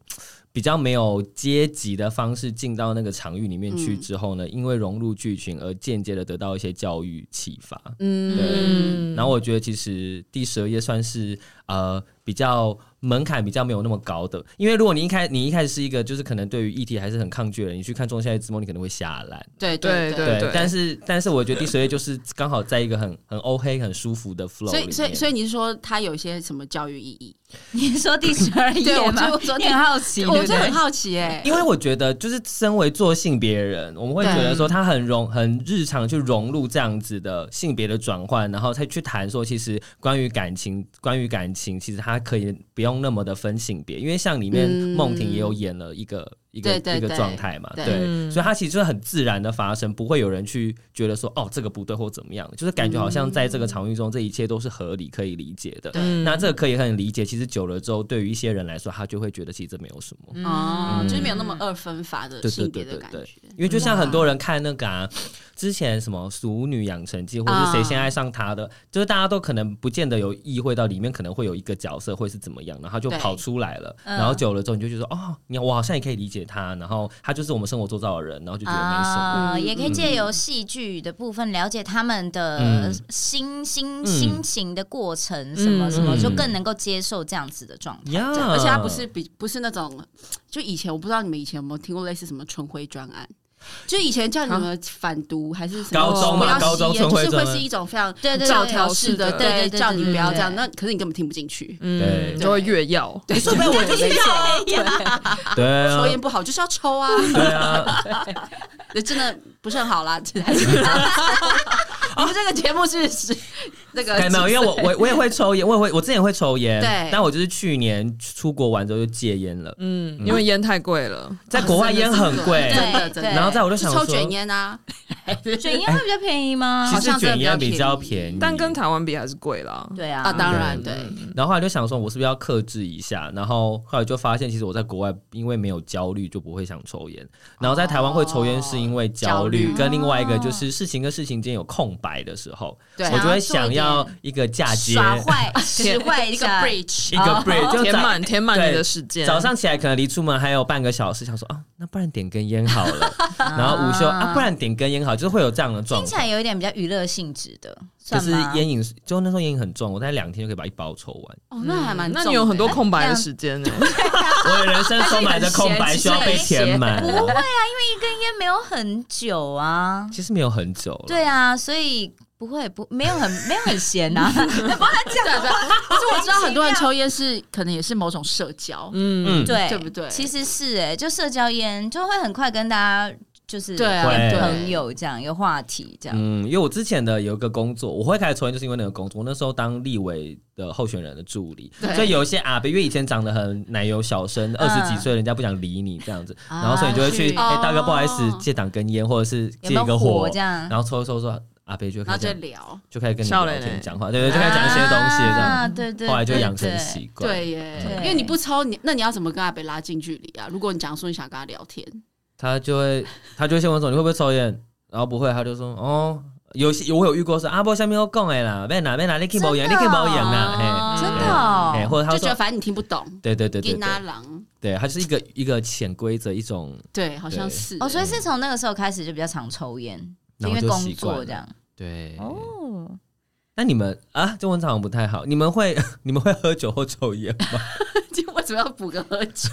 Speaker 1: 比较没有阶级的方式进到那个场域里面去
Speaker 5: 嗯
Speaker 1: 之后呢，因为融入剧情而间接的得到一些教育启发。
Speaker 5: 嗯，
Speaker 1: 然后我觉得其实第十二页算是呃比较门槛比较没有那么高的，因为如果你一开你一开始是一个就是可能对于议题还是很抗拒的人，你去看《仲夏夜之梦》，你可能会下烂。
Speaker 5: 对
Speaker 3: 对
Speaker 5: 对。
Speaker 3: 对
Speaker 1: 但是但是我觉得第十页就是刚好在一个很很 OK 很舒服的 flow
Speaker 5: 所
Speaker 1: 里
Speaker 5: 以，
Speaker 1: 面。
Speaker 5: 所以，所
Speaker 1: 以
Speaker 5: 以你是说它有一些什么教育意义？
Speaker 4: 你说第十二
Speaker 5: 对
Speaker 4: 页
Speaker 5: 我
Speaker 4: 吗
Speaker 5: 就？昨
Speaker 4: 你
Speaker 5: 天
Speaker 4: 很好奇，对
Speaker 5: 我
Speaker 4: 不
Speaker 5: 就很
Speaker 4: 对？
Speaker 5: 好奇哎、
Speaker 1: 因为我觉得，就是身为做性别的人，我们会觉得说他很融、很日常去融入这样子的性别的转换，然后再去谈说，其实关于感情，关于感情，其实他可以不用那么的分性别，因为像里面
Speaker 5: 嗯
Speaker 1: 梦婷也有演了一个、一个
Speaker 5: 对对
Speaker 1: 一个
Speaker 5: 对
Speaker 1: 状态嘛，
Speaker 5: 对
Speaker 3: 嗯
Speaker 1: 所以它其实就是很自然的发生，不会有人去觉得说哦这个不对或怎么样，就是感觉好
Speaker 5: 嗯
Speaker 1: 像在这个场域中，这一切都是合理可以理解的。
Speaker 3: 嗯
Speaker 5: 对
Speaker 1: 那这个可以很理解，其实久了之后，对于一些人来说，他就会觉得其实这没有什么。
Speaker 5: 哦，
Speaker 1: 嗯
Speaker 5: 就是没有那么二分法的
Speaker 1: 对对
Speaker 5: 性别
Speaker 1: 对
Speaker 5: 的
Speaker 1: 对
Speaker 5: 感
Speaker 1: 对
Speaker 5: 觉，，
Speaker 4: 嗯
Speaker 1: 因为就像很多人看那个、啊、之前什么《俗女养成记》或是谁先爱上他
Speaker 5: 啊
Speaker 1: 的，就是大家都可能不见得有意会到里面可能会有一个角色会是怎么样，然后他就
Speaker 5: 对
Speaker 1: 跑出来了，
Speaker 4: 嗯
Speaker 1: 然后久了之后你就觉得哦，你我好像也可以理解解他，然后他就是我们生活周遭的人，然后就觉得没什么。
Speaker 4: 啊、
Speaker 3: 嗯
Speaker 4: 也可以借由戏剧的部分了解他们的
Speaker 1: 嗯
Speaker 4: 心心、
Speaker 1: 嗯
Speaker 4: 心情的过程，什么
Speaker 3: 嗯
Speaker 4: 什么，
Speaker 1: 嗯
Speaker 4: 就更能够接受这样子的状态。
Speaker 1: 呀、
Speaker 5: 而且它不是比不是那种，就以前我不知道你们以前有没有听过类似什么春晖专案，就以前叫你们反毒还是什么
Speaker 1: 高中嘛
Speaker 5: 不要吸
Speaker 1: 高中
Speaker 5: 烟
Speaker 1: 春晖
Speaker 5: 就是
Speaker 1: 专
Speaker 5: 会
Speaker 1: 案
Speaker 5: 是一种非常
Speaker 4: 对对
Speaker 5: 教
Speaker 4: 对，
Speaker 5: 条式的，
Speaker 3: 对
Speaker 4: 对对对
Speaker 5: 叫你不要这样，
Speaker 4: 对
Speaker 5: 那可是你根本听不进 去。
Speaker 1: 对
Speaker 3: 嗯，就会越要，
Speaker 5: 对，说不定我就是要对
Speaker 1: 对啊，
Speaker 5: 抽烟不好，就是要抽啊，
Speaker 1: 对 啊，
Speaker 5: 那真的不是很好 啦。还是 我们这个节目是是那个
Speaker 1: 对，没有，因为我我我也会抽烟，我也会，我之前也会抽烟，
Speaker 5: 啊对
Speaker 1: 但我就是去年出国玩之后就戒烟了，
Speaker 3: 嗯，因为烟太贵了，
Speaker 1: 在国外烟很贵，
Speaker 5: 啊真的
Speaker 4: 对
Speaker 5: 真
Speaker 4: 对
Speaker 5: 的。
Speaker 1: 然后在我就想
Speaker 5: 抽
Speaker 1: 说，
Speaker 5: 卷烟啊，
Speaker 4: 卷烟会比较便宜吗？
Speaker 1: 其
Speaker 5: 好
Speaker 1: 实
Speaker 5: 像真的
Speaker 1: 卷
Speaker 5: 比较
Speaker 1: 烟比较
Speaker 5: 便宜
Speaker 1: 便宜，
Speaker 3: 但跟台湾比还是贵啦。
Speaker 4: 对啊，
Speaker 5: 啊，当然
Speaker 1: 对
Speaker 5: 对，
Speaker 1: 然后后来就想说，我是不是要克制一下？然后后来就发现，其实我在国外因为没有焦虑，就不会想抽烟。然后在台湾会抽烟，是因为焦
Speaker 5: 哦焦
Speaker 1: 虑，
Speaker 5: 虑
Speaker 1: 跟另外一个就是事情跟事情间有空白的时候，
Speaker 5: 对
Speaker 1: 我就会想要一个嫁接，
Speaker 4: 耍坏、使坏
Speaker 5: 一
Speaker 4: 一
Speaker 5: 个
Speaker 4: 下。
Speaker 5: bridge
Speaker 1: 一个 break，就
Speaker 3: 填
Speaker 1: 早
Speaker 3: 满填满你
Speaker 1: 对
Speaker 3: 的时间，
Speaker 1: 早上起来可能离出门还有半个小时，想说啊，那不然点根烟好 了。然后午休啊，不然点根烟好，就是会有这样的状
Speaker 4: 听起
Speaker 1: 况。
Speaker 4: 来有一点比较娱乐性质的，
Speaker 1: 可
Speaker 4: 算
Speaker 1: 是
Speaker 4: 吗？
Speaker 1: 烟瘾，就那时候烟瘾很重，我在两天就可以把一包抽完。
Speaker 5: 哦，那还蛮重的。
Speaker 3: 那你有很多空白的时间呢。
Speaker 1: 我的人生充满着空白，需要被填满
Speaker 4: 不。会啊，因为一根烟没有很久 啊。
Speaker 1: 其实没有很久了，
Speaker 4: 对啊，所以不会不没有很没有很闲 啊。
Speaker 5: 对对，可是我知道很多人抽烟是可能也是某种社交，
Speaker 3: 嗯，
Speaker 1: 嗯，
Speaker 4: 对
Speaker 5: 对不对
Speaker 4: 其实是哎、就社交烟就会很快跟大家就是
Speaker 5: 对啊，
Speaker 1: 会
Speaker 5: 对
Speaker 4: 朋友这样有话题这样。
Speaker 1: 嗯，因为我之前的有一个工作，我会开始抽烟，就是因为那个工作。我那时候当立委的候选人的助理，
Speaker 5: 对
Speaker 1: 所以有一些阿伯，因为以前长得很奶油小生，二十几岁，人家不想理你这样子，
Speaker 4: 嗯啊
Speaker 1: 然后所以你就会去，
Speaker 4: 是
Speaker 1: 哎、
Speaker 5: 哦
Speaker 1: 大哥，不好意思，借挡根烟，或者是
Speaker 4: 有
Speaker 1: 借
Speaker 4: 没
Speaker 1: 一个
Speaker 4: 有
Speaker 1: 火
Speaker 4: 火这样
Speaker 1: 然后抽一抽说，阿伯就
Speaker 5: 然
Speaker 1: 开
Speaker 5: 后
Speaker 1: 始
Speaker 5: 就
Speaker 1: 讲
Speaker 5: 聊，
Speaker 1: 就开始跟你
Speaker 3: 笑
Speaker 1: 聊
Speaker 3: 嘞
Speaker 1: 天
Speaker 3: 嘞
Speaker 1: 讲话，对对，就开始讲一些东西这
Speaker 4: 啊、
Speaker 1: 样，
Speaker 4: 对对
Speaker 1: 后来就养
Speaker 4: 对
Speaker 1: 成
Speaker 4: 对
Speaker 1: 习惯，
Speaker 5: 对耶
Speaker 4: 对，
Speaker 5: 因为你不抽，你那你要怎么跟阿北拉近距离啊？如果你讲说你想跟他聊天，
Speaker 1: 他就会他就会先问说你会不会抽烟，然后不会，他就说哦。有些我有遇过说阿伯下面要讲的啦，别拿别拿，你可以无烟，你
Speaker 4: 真
Speaker 1: 可
Speaker 4: 的
Speaker 1: 以
Speaker 4: 哦
Speaker 1: 无烟啦，嘿，
Speaker 4: 真的哦
Speaker 1: 哎，或者他
Speaker 5: 就
Speaker 1: 说
Speaker 5: 觉得反正你听不懂，
Speaker 1: 对对对对
Speaker 5: 跟拉
Speaker 1: 对，
Speaker 5: 郎，
Speaker 1: 对，它就是一个一个潜规则，一种
Speaker 5: 对，好像
Speaker 1: 对
Speaker 5: 是
Speaker 4: 哦，所以是从那个时候开始就比较常抽烟，
Speaker 1: 然后
Speaker 4: 因为
Speaker 1: 就
Speaker 4: 工
Speaker 1: 习惯
Speaker 4: 作
Speaker 1: 了
Speaker 4: 这样。
Speaker 1: 对。
Speaker 4: 哦，
Speaker 1: 那你们啊，这问场好像不太好。你们会 你们会喝酒或抽烟 吗？
Speaker 5: 为什么要补个喝 酒？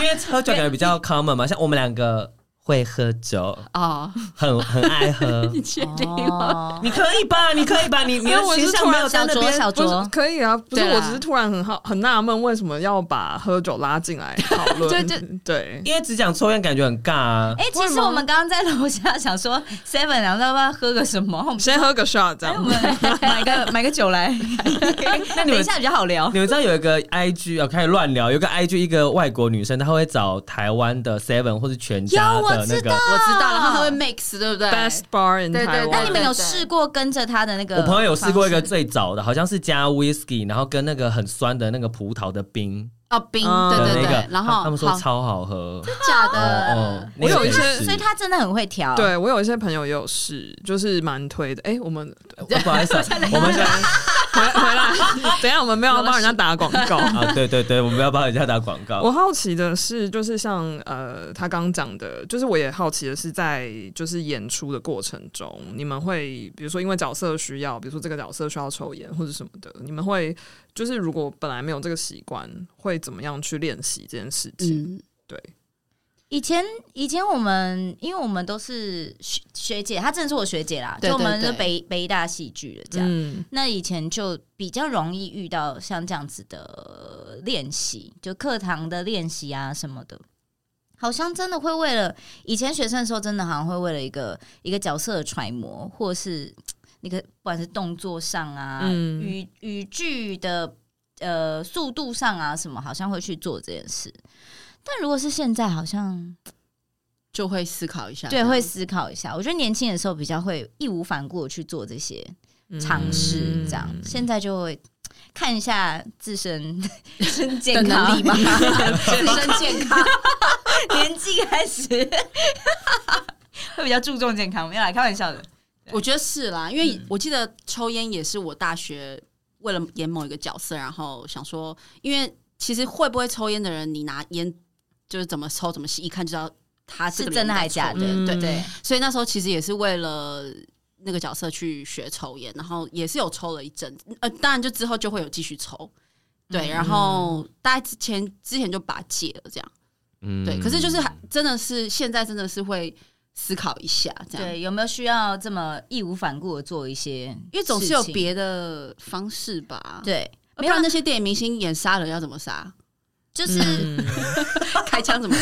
Speaker 1: 因为喝酒感觉比较 common 嘛，像我们两个会喝酒，
Speaker 5: 哦，
Speaker 1: 很很爱 喝。
Speaker 5: 你确定？
Speaker 4: 哦，
Speaker 1: 你可以吧？你可以吧？你你的
Speaker 3: 因为我是
Speaker 1: 形象没有在
Speaker 4: 小
Speaker 1: 那
Speaker 4: 酌
Speaker 1: 边。
Speaker 4: 小
Speaker 3: 不
Speaker 4: 酌
Speaker 3: 是，可以啊，不是，
Speaker 5: 对啦
Speaker 3: 我只是突然很好很纳闷，为什么要把喝酒拉进来讨论？
Speaker 4: 就
Speaker 3: 对，
Speaker 1: 因为只讲抽烟感觉很尬啊，
Speaker 4: 哎、其实我们刚刚在楼下想说 Seven，然后要不要喝个什么？我们
Speaker 3: 先喝个 shot 这
Speaker 4: 哎我
Speaker 3: 样。
Speaker 4: 们买个买个酒来，
Speaker 1: 那你
Speaker 4: 等
Speaker 1: 们
Speaker 4: 一下比较好聊。
Speaker 1: 你们知道有一个 IG 啊，开始乱聊，有一个 IG 一个外国女生，她会找台湾的 Seven 或是全家
Speaker 4: 有我
Speaker 1: 的那
Speaker 4: 知
Speaker 1: 个
Speaker 4: 道，
Speaker 5: 我知道了，他还会 mix，对不对
Speaker 3: Best bar in
Speaker 5: 对对对
Speaker 3: Taiwan，
Speaker 4: 那你们有
Speaker 5: 对对
Speaker 4: 试过跟着他的那个？
Speaker 1: 我朋友有试过一个，最早的，好像是加 whisky，然后跟那个很酸的那个葡萄的冰
Speaker 5: 哦，冰，
Speaker 3: 嗯
Speaker 5: 对
Speaker 1: 的
Speaker 5: 对
Speaker 1: 那
Speaker 5: 对
Speaker 1: 个，，
Speaker 5: 然
Speaker 1: 他
Speaker 5: 后
Speaker 1: 他们说
Speaker 5: 好
Speaker 1: 超好喝。
Speaker 5: 假
Speaker 1: 哦
Speaker 5: 的
Speaker 1: 哦，，
Speaker 3: 我有一些
Speaker 1: 那个也是
Speaker 4: 所以他真的很会调。，
Speaker 3: 对我有一些朋友也有试，就是蛮推的。哎，我们
Speaker 1: 哦不好意思啊，我们想
Speaker 3: 回回来， 等一下我们没有要帮人家打广告。
Speaker 1: 啊，对对对，我们不要帮人家打广告
Speaker 3: 我。好奇的是，就是像呃，他刚讲的，就是我也好奇的是，在就是演出的过程中，你们会比如说因为角色需要，比如说这个角色需要抽烟或者什么的，你们会就是如果本来没有这个习惯，会怎么样去练习这件事情？
Speaker 5: 嗯，
Speaker 3: 对，
Speaker 4: 以前以前我们因为我们都是学学姐，她真的是我学姐啦，
Speaker 5: 对
Speaker 4: 就我们
Speaker 5: 对
Speaker 4: 是
Speaker 5: 对
Speaker 4: 北北医大戏剧的这样。
Speaker 3: 嗯
Speaker 4: 那以前就比较容易遇到像这样子的练习，就课堂的练习啊什么的，好像真的会为了以前学生的时候，真的好像会为了一个一个角色的揣摩，或是那个不管是动作上啊、
Speaker 3: 嗯
Speaker 4: 语语句的呃速度上啊什么，好像会去做这件事。但如果是现在，好像
Speaker 5: 就会思考一下，
Speaker 4: 对会思考一下。我觉得年轻的时候比较会义无反顾的去做这些
Speaker 5: 嗯
Speaker 4: 尝试，这样、现在就会看一下 自身自身健康
Speaker 5: 的能力吗
Speaker 4: 自身健康，年纪开始会比较注重健康，没有啦，开玩笑的。
Speaker 5: 我觉得是啦，因为我记得
Speaker 1: 嗯
Speaker 5: 抽烟也是我大学为了演某一个角色，然后想说，因为其实会不会抽烟的人，你拿烟。就是怎么抽怎么吸，一看就知道他这
Speaker 4: 是
Speaker 5: 个
Speaker 4: 真的
Speaker 5: 人在
Speaker 4: 还假
Speaker 5: 抽
Speaker 4: 的？
Speaker 3: 嗯
Speaker 4: 对
Speaker 5: 对，所以那时候其实也是为了那个角色去学抽烟，然后也是有抽了一阵子，呃，当然就之后就会有继续抽，
Speaker 1: 嗯
Speaker 5: 对，然后大概之前之前就把戒了这样，
Speaker 1: 嗯
Speaker 5: 对，可是就是还真的是现在真的是会思考一下这样，
Speaker 4: 对，有没有需要这么义无反顾的做一些事情？
Speaker 5: 嗯
Speaker 4: 啊
Speaker 5: 因为总是有别的方式吧，，
Speaker 4: 对，
Speaker 5: 不然那些电影明星演杀人要怎么杀？
Speaker 4: 就是、
Speaker 5: 嗯开枪怎么？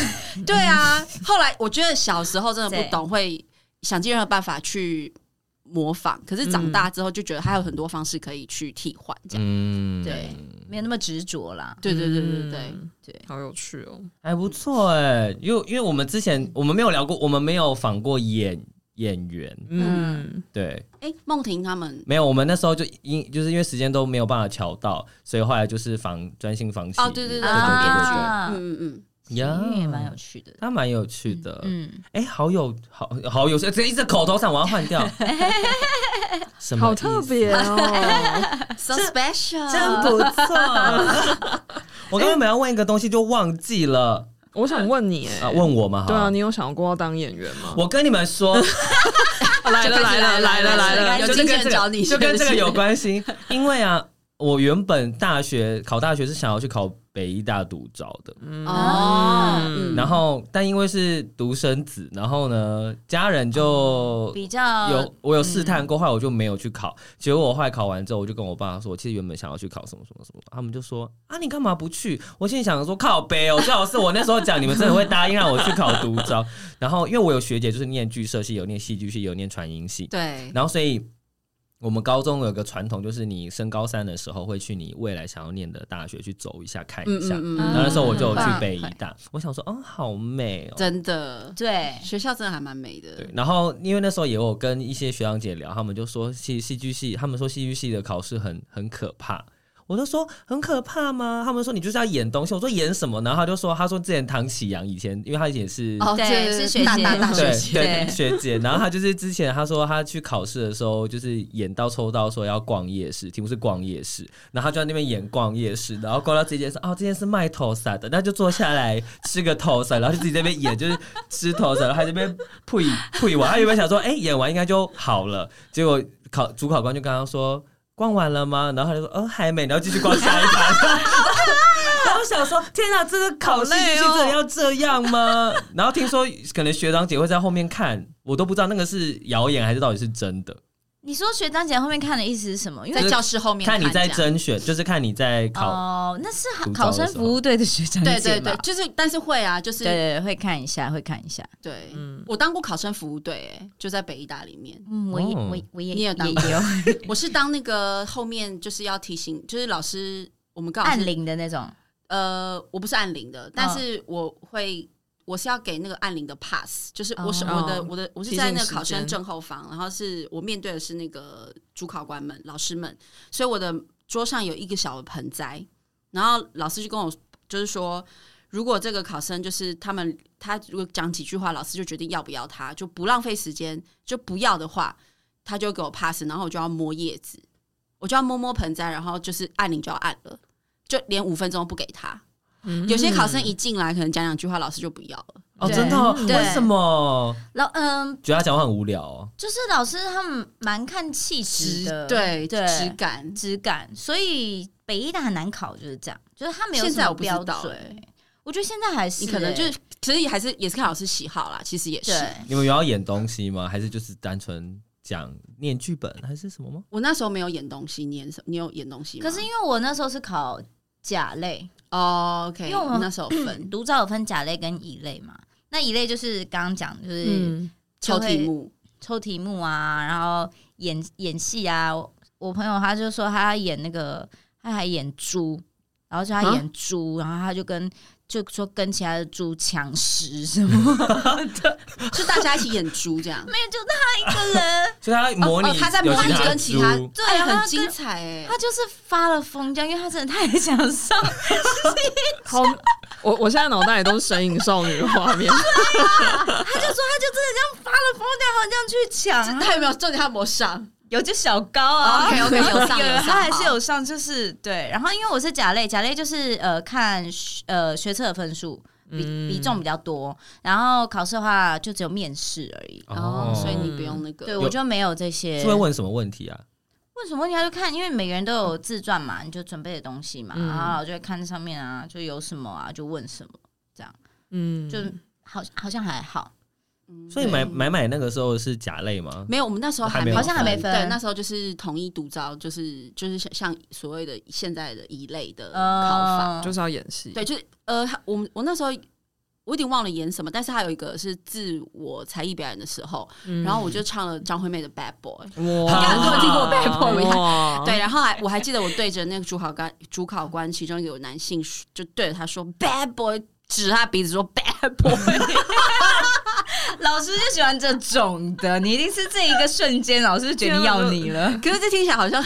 Speaker 5: 对啊，后来我觉得小时候真的不懂，会想尽任何办法去模仿，可是长大之后就觉得还有很多方式可以去替换，这样。
Speaker 1: 嗯
Speaker 5: 对
Speaker 4: 没有那么执着啦。
Speaker 5: 对对对对对
Speaker 3: 嗯
Speaker 5: 对
Speaker 3: 好有趣哦。
Speaker 1: 还不错哎、因为因为我们之前我们没有聊过，我们没有访过演演员，
Speaker 3: 嗯，
Speaker 1: 对，
Speaker 5: 对。哎，梦婷他们
Speaker 1: 没有，我们那时候就因就是因为时间都没有办法瞧到，所以后来就是访专心访戏
Speaker 5: 哦对对对
Speaker 4: 啊，
Speaker 5: 嗯嗯嗯，
Speaker 1: 呀
Speaker 4: 嗯也蛮有趣的。
Speaker 1: 他蛮有趣的，
Speaker 4: 嗯，
Speaker 1: 哎、好有好好有，这一直口头上我要换掉，什么
Speaker 3: 好
Speaker 1: 意思
Speaker 3: 特，别 哦。
Speaker 5: ，so special，
Speaker 1: 真不错。我刚刚本来要问一个东西就忘记了
Speaker 3: 我想问你，哎
Speaker 1: 啊，，问我吗？
Speaker 3: 对啊，
Speaker 1: 好
Speaker 3: 你有想过要当演员吗？
Speaker 1: 我跟你们说，
Speaker 3: 啊来了来了来了来了，
Speaker 5: 有
Speaker 1: 就
Speaker 5: 经
Speaker 1: 跟
Speaker 5: 纪人
Speaker 1: 这个
Speaker 5: 找你
Speaker 1: 就跟这
Speaker 5: 是
Speaker 1: 个
Speaker 5: 不是
Speaker 1: 有关系，因为啊，我原本大学考大学是想要去考北医大独招的，
Speaker 5: 哦，嗯
Speaker 1: 然后但因为是独生子，然后呢，家人就。
Speaker 4: 哦比较
Speaker 1: 有我有试探过，后来我就没有去考。结果我后来考完之后，我就跟我爸说，我其实原本想要去考什么什么什么，他们就说啊，你干嘛不去？我心里想说靠北哦，最好是我那时候讲，你们真的会答应让我去考独招。然后因为我有学姐就是念剧社系，有念戏剧系，有念传音系，
Speaker 5: 对，
Speaker 1: 然后所以我们高中有个传统，就是你升高三的时候会去你未来想要念的大学去走一下看一下。
Speaker 5: 嗯嗯嗯
Speaker 1: 然后那时候我就有去
Speaker 4: 很棒
Speaker 1: 北医大，我想说，哦，好美哦。
Speaker 5: 真的，
Speaker 4: 对，
Speaker 5: 学校真的还蛮美的
Speaker 1: 对，，然后因为那时候也有跟一些学长姐聊，他们就说戏戏剧系，他们说戏剧系的考试很很可怕。我就说很可怕吗？他们说你就是要演东西。我说演什么？然后他就说，他说之前唐启阳以前，因为他以前是
Speaker 5: 哦，
Speaker 4: 对
Speaker 5: 这
Speaker 4: 是学姐
Speaker 5: 大大大
Speaker 1: 对
Speaker 5: 学姐，
Speaker 1: 对学姐，然后她就是之前她说她去考试的时候，就是演到抽到说要逛夜市，题目是逛夜市，然后她就在那边演逛夜市，然后逛到这件事，哦，这件是卖头伞的，那就坐下来吃个头伞，然后就自己在那边演，就是吃头伞，然后还在那边配配完，她原本想说，哎、演完应该就好了，结果考主考官就跟她说。逛完了吗？然后他就说，哦，还没，然后继续逛下一盘。 然后我想说，天哪，这个考试就是真的要这样吗？然后听说可能学长姐会在后面看，我都不知道那个是谣言还是到底是真的。
Speaker 4: 你说学长姐后面看的意思是什么？因为
Speaker 5: 在教室后面
Speaker 1: 看你在
Speaker 5: 这样
Speaker 1: 甄选，就是看你在考。
Speaker 4: 哦，那是
Speaker 1: 独招
Speaker 4: 考
Speaker 1: 的
Speaker 4: 生
Speaker 1: 时
Speaker 4: 服务队的学长姐
Speaker 5: 对
Speaker 4: 嘛
Speaker 5: 对对，就是但是会啊，就是
Speaker 4: 对嗯对对会看一下，会看一下。
Speaker 5: 对，我当过考生服务队，哎，就在北医大里面。
Speaker 4: 嗯，我也
Speaker 1: 哦
Speaker 4: 我也我也
Speaker 5: 你有当
Speaker 4: 也 有
Speaker 5: 我是当那个后面就是要提醒，就是老师我们刚好是
Speaker 4: 按铃的嗯那种，
Speaker 5: 呃，我不是按铃的，但是我会。我是要给那个按铃的 pass，就是我是、
Speaker 4: 哦
Speaker 5: 我的我的我是
Speaker 3: 提
Speaker 5: 在
Speaker 3: 醒
Speaker 5: 那个
Speaker 3: 时
Speaker 5: 考生
Speaker 3: 间
Speaker 5: 正后方，然后是我面对的是那个主考官们、老师们，所以我的桌上有一个小的盆栽，然后老师就跟我就是说，如果这个考生就是他们他如果讲几句话，老师就决定要不要他，就不浪费时间，就不要的话，他就给我 pass，然后我就要摸叶子，我就要摸摸盆栽，然后就是按铃就要按了，就连五分钟都不给他。
Speaker 3: 嗯
Speaker 5: 有些考生一进来，可能讲两句话，老师就不要了。
Speaker 1: 哦，
Speaker 4: 对
Speaker 1: 真的哦？
Speaker 4: 对
Speaker 1: 为什么？
Speaker 4: 老嗯，
Speaker 1: 觉得他讲话很无聊哦。
Speaker 4: 就是老师他们蛮看气质的，
Speaker 5: 对
Speaker 4: 对
Speaker 5: 质感，
Speaker 4: 质感，所以北医大很难考，就是这样，就是他没有
Speaker 5: 现
Speaker 4: 什
Speaker 5: 在
Speaker 4: 么
Speaker 5: 我不知
Speaker 4: 标
Speaker 5: 道、
Speaker 4: 准。
Speaker 5: 欸，
Speaker 4: 我觉得现在还是
Speaker 5: 你可能
Speaker 4: 欸
Speaker 5: 就是其实也还是也是看老师喜好啦，其实也是。
Speaker 4: 对，
Speaker 1: 你们有要演东西吗？还是就是单纯讲念剧本还是什么吗？
Speaker 5: 我那时候没有演东西，你演什你有演东西吗？
Speaker 4: 可是因为我那时候是考甲类，
Speaker 5: 哦，OK，
Speaker 4: 因为我们
Speaker 5: 那时候有 分
Speaker 4: 独招有分甲类跟乙类嘛，那乙类就是刚刚讲就是。
Speaker 3: 嗯，
Speaker 5: 抽题目，
Speaker 4: 抽题目啊，然后演演戏啊。我我朋友他就说他演那个，他还演猪，然后说他演猪，然后他就跟就说跟其他的猪抢食什么，
Speaker 5: 就大家一起演猪这样。
Speaker 4: 没有就他一个人，
Speaker 1: 所以他模拟
Speaker 5: 哦哦他在
Speaker 1: 有
Speaker 5: 模拟跟其他
Speaker 1: 猪
Speaker 4: 对
Speaker 5: 哎
Speaker 4: 然后
Speaker 5: 很
Speaker 4: 他
Speaker 5: 精
Speaker 4: 跟
Speaker 5: 彩哎、
Speaker 4: 他就是发了疯这样，因为他真的太享受，
Speaker 3: 好，我我现在脑袋里都是神隐少女的画面，
Speaker 4: 他就说他就真的这样发了疯这样，好像去抢，啊
Speaker 5: 他有没有重点他有没有上？
Speaker 4: 有就小高啊、
Speaker 5: OK，OK，有上有 上
Speaker 4: 他还是有上，就是对。然后因为我是甲类，甲类就是呃看学呃学测的分数，比、
Speaker 3: 嗯
Speaker 4: 比重比较多。然后考试的话就只有面试而已。
Speaker 5: 哦，所以你不用那个。
Speaker 4: 对，我就没有这些。
Speaker 1: 哦是会问什么问题啊？
Speaker 4: 问什么问题他就看，因为每个人都有自传嘛，你就准备的东西嘛，
Speaker 3: 嗯
Speaker 4: 然后我就会看上面啊，就有什么啊，就问什么， 啊
Speaker 3: 嗯，
Speaker 4: 就好好像还好，
Speaker 5: 嗯
Speaker 1: 所以买买买那个时候是甲类吗？
Speaker 5: 没有，我们那时候
Speaker 1: 还没有
Speaker 4: 好像还没分
Speaker 5: 对，那时候就是统一独招，就是就是像像所谓的现在的一类的考
Speaker 4: 呃
Speaker 5: 法。
Speaker 3: 就是要演戏，
Speaker 5: 对，就是呃，他我们我那时候我有点忘了演什么，但是还有一个是自我才艺表演的时候，
Speaker 3: 嗯，
Speaker 5: 然后我就唱了张惠妹的《Bad Boy》。
Speaker 3: 哇，
Speaker 5: 刚刚有听过被迫吗
Speaker 3: 哇
Speaker 5: 对，，然后还我还记得我对着那个主考官，主考官其中有男性说就对着他说 “bad boy”，指着他鼻子说 “bad boy”，
Speaker 4: 老师就喜欢这种的，你一定是这一个瞬间，老师决定要你了。
Speaker 5: 可是这听起来好像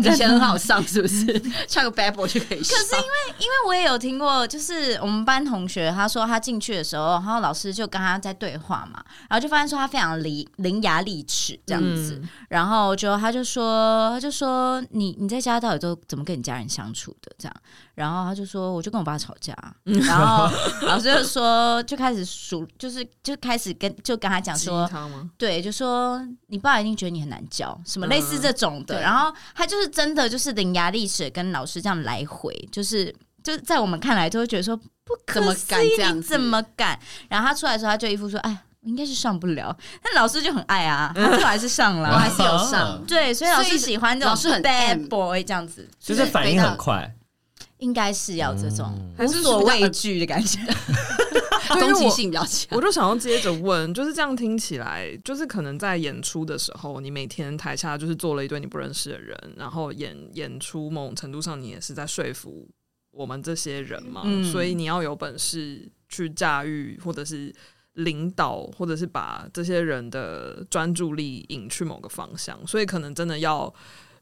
Speaker 5: 以前很好上，是不是？唱个 “bad boy” 就可以上。可是因为
Speaker 4: 因为我也有听过，就是我们班同学他说他进去的时候，然后老师就跟他在对话嘛，然后就发现说他非常伶伶牙俐齿这样子，
Speaker 3: 嗯
Speaker 4: 然后就他就说他就说你你在家到底都怎么跟你家人相处的这样，然后他就说我就跟我爸吵架啊，然后老师就说就开始数就是就开始跟就跟他讲 说
Speaker 3: 鸡汤吗？
Speaker 4: 对，就说你爸一定觉得你很难教，什么类似这种的。
Speaker 5: 嗯对
Speaker 4: 然后他就是真的就是伶牙俐齿地跟老师这样来回，就是就是在我们看来就会觉得说不可
Speaker 5: 怎么
Speaker 4: 思
Speaker 5: 敢
Speaker 4: 议
Speaker 5: 这样
Speaker 4: 你
Speaker 5: 子
Speaker 4: 怎么敢？然后他出来的时候，他就一副说：“哎，我应该是上不了。”但老师就很爱啊，他最后还是上
Speaker 5: 我
Speaker 4: 了。
Speaker 5: 还是有
Speaker 3: 啊
Speaker 5: 上，
Speaker 4: 对，所以老
Speaker 5: 嗯
Speaker 4: 师
Speaker 5: 所以
Speaker 4: 喜欢这种
Speaker 5: 老师很
Speaker 4: bad
Speaker 5: M
Speaker 4: boy 这样子，
Speaker 1: 就是反应很快，
Speaker 4: 应该是要这
Speaker 5: 嗯
Speaker 4: 种
Speaker 3: 还
Speaker 4: 无
Speaker 3: 是
Speaker 4: 所
Speaker 3: 比较
Speaker 4: 畏惧 的感觉。
Speaker 3: 对
Speaker 5: 攻
Speaker 3: 因为
Speaker 5: 击
Speaker 3: 我
Speaker 5: 性比较强。
Speaker 3: 我就想要接着问，就是这样听起来，就是可能在演出的时候，你每天台下就是坐了一堆你不认识的人，然后演演出某种程度上，你也是在说服我们这些人嘛，
Speaker 4: 嗯
Speaker 3: 所以你要有本事去驾驭或者是领导，或者是把这些人的专注力引去某个方向，所以可能真的要。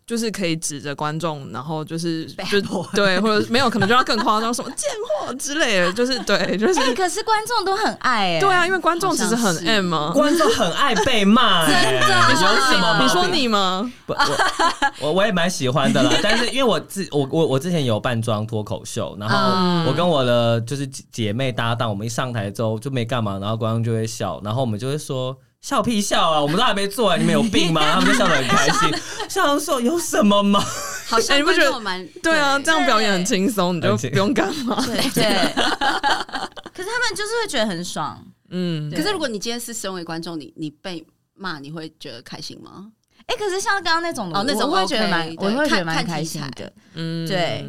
Speaker 3: 就是可以指着观众，然后就是就对，或者没有可能就要更夸张，什么贱货之类的，就是对，就是
Speaker 4: 哎、可是观众都很爱哎、
Speaker 3: 对啊，因为观众其实
Speaker 5: 好
Speaker 3: 很
Speaker 5: 像是
Speaker 3: M 啊。
Speaker 1: 观众很爱被骂、欸，真的有什么毛病？
Speaker 3: 你说你吗？
Speaker 1: 不， 我我我也蛮喜欢的啦，但是因为我自我我我之前有扮装脱口秀，然后我跟我的就是姐姐妹搭档，我们一上台之后就没干嘛，然后观众就会笑，然后我们就会说。笑屁笑啊！我们都还没做完，你们有病吗？他们就笑得很开 心，想说有什么吗？
Speaker 5: 好
Speaker 3: 哎
Speaker 5: 像
Speaker 3: 你不
Speaker 5: 观
Speaker 3: 觉得
Speaker 5: 众蛮
Speaker 3: 对啊，这样表演很轻松，你就
Speaker 1: 很轻
Speaker 3: 不用干嘛。
Speaker 4: 欸对 对，可是他们就是会觉得很爽。
Speaker 3: 嗯，
Speaker 5: 可是如果你今天是身为观众，你你被骂，你会觉得开心吗？
Speaker 4: 哎、可是像刚刚那种的，
Speaker 5: 哦那种
Speaker 4: 我会觉得蛮
Speaker 5: OK，，
Speaker 4: 我会
Speaker 5: 对
Speaker 4: 觉
Speaker 5: 看
Speaker 4: 得蛮
Speaker 5: 看
Speaker 4: 开
Speaker 5: 题
Speaker 4: 心
Speaker 5: 材
Speaker 4: 的。
Speaker 3: 嗯
Speaker 4: 对，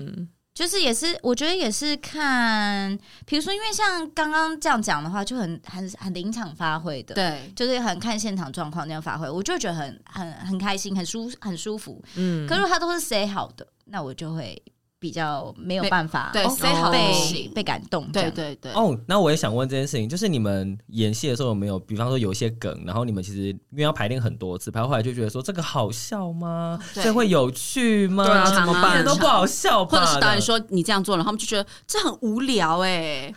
Speaker 4: 就是也是，我觉得也是看，比如说，因为像刚刚这样讲的话，就很很很临场发挥的，，
Speaker 5: 对，
Speaker 4: 就是很看现场状况那样发挥，我就觉得很很很开心，很舒很舒服。
Speaker 3: 嗯
Speaker 4: 可是如果他都是 say 好的，那我就会比较没有
Speaker 5: 没
Speaker 4: 办法
Speaker 5: 对
Speaker 4: 哦
Speaker 5: say 好的不
Speaker 4: 被
Speaker 5: 行
Speaker 4: 被感动这
Speaker 5: 对
Speaker 4: 样。
Speaker 5: 对对。
Speaker 1: 哦，那我也想问这件事情，就是你们演戏的时候有没有，比方说有一些梗，然后你们其实因为要排练很多次，排到后来就觉得说这个好笑吗？
Speaker 5: 哦对
Speaker 1: 这会有趣吗？
Speaker 3: 对啊
Speaker 5: 很
Speaker 1: 怎
Speaker 5: 长
Speaker 1: 么
Speaker 5: 啊
Speaker 1: 办？
Speaker 5: 很
Speaker 1: 都
Speaker 5: 长
Speaker 1: 不好笑
Speaker 5: 或
Speaker 1: 吧？
Speaker 5: 者是导演说你这样做了，他们就觉得这很无聊哎、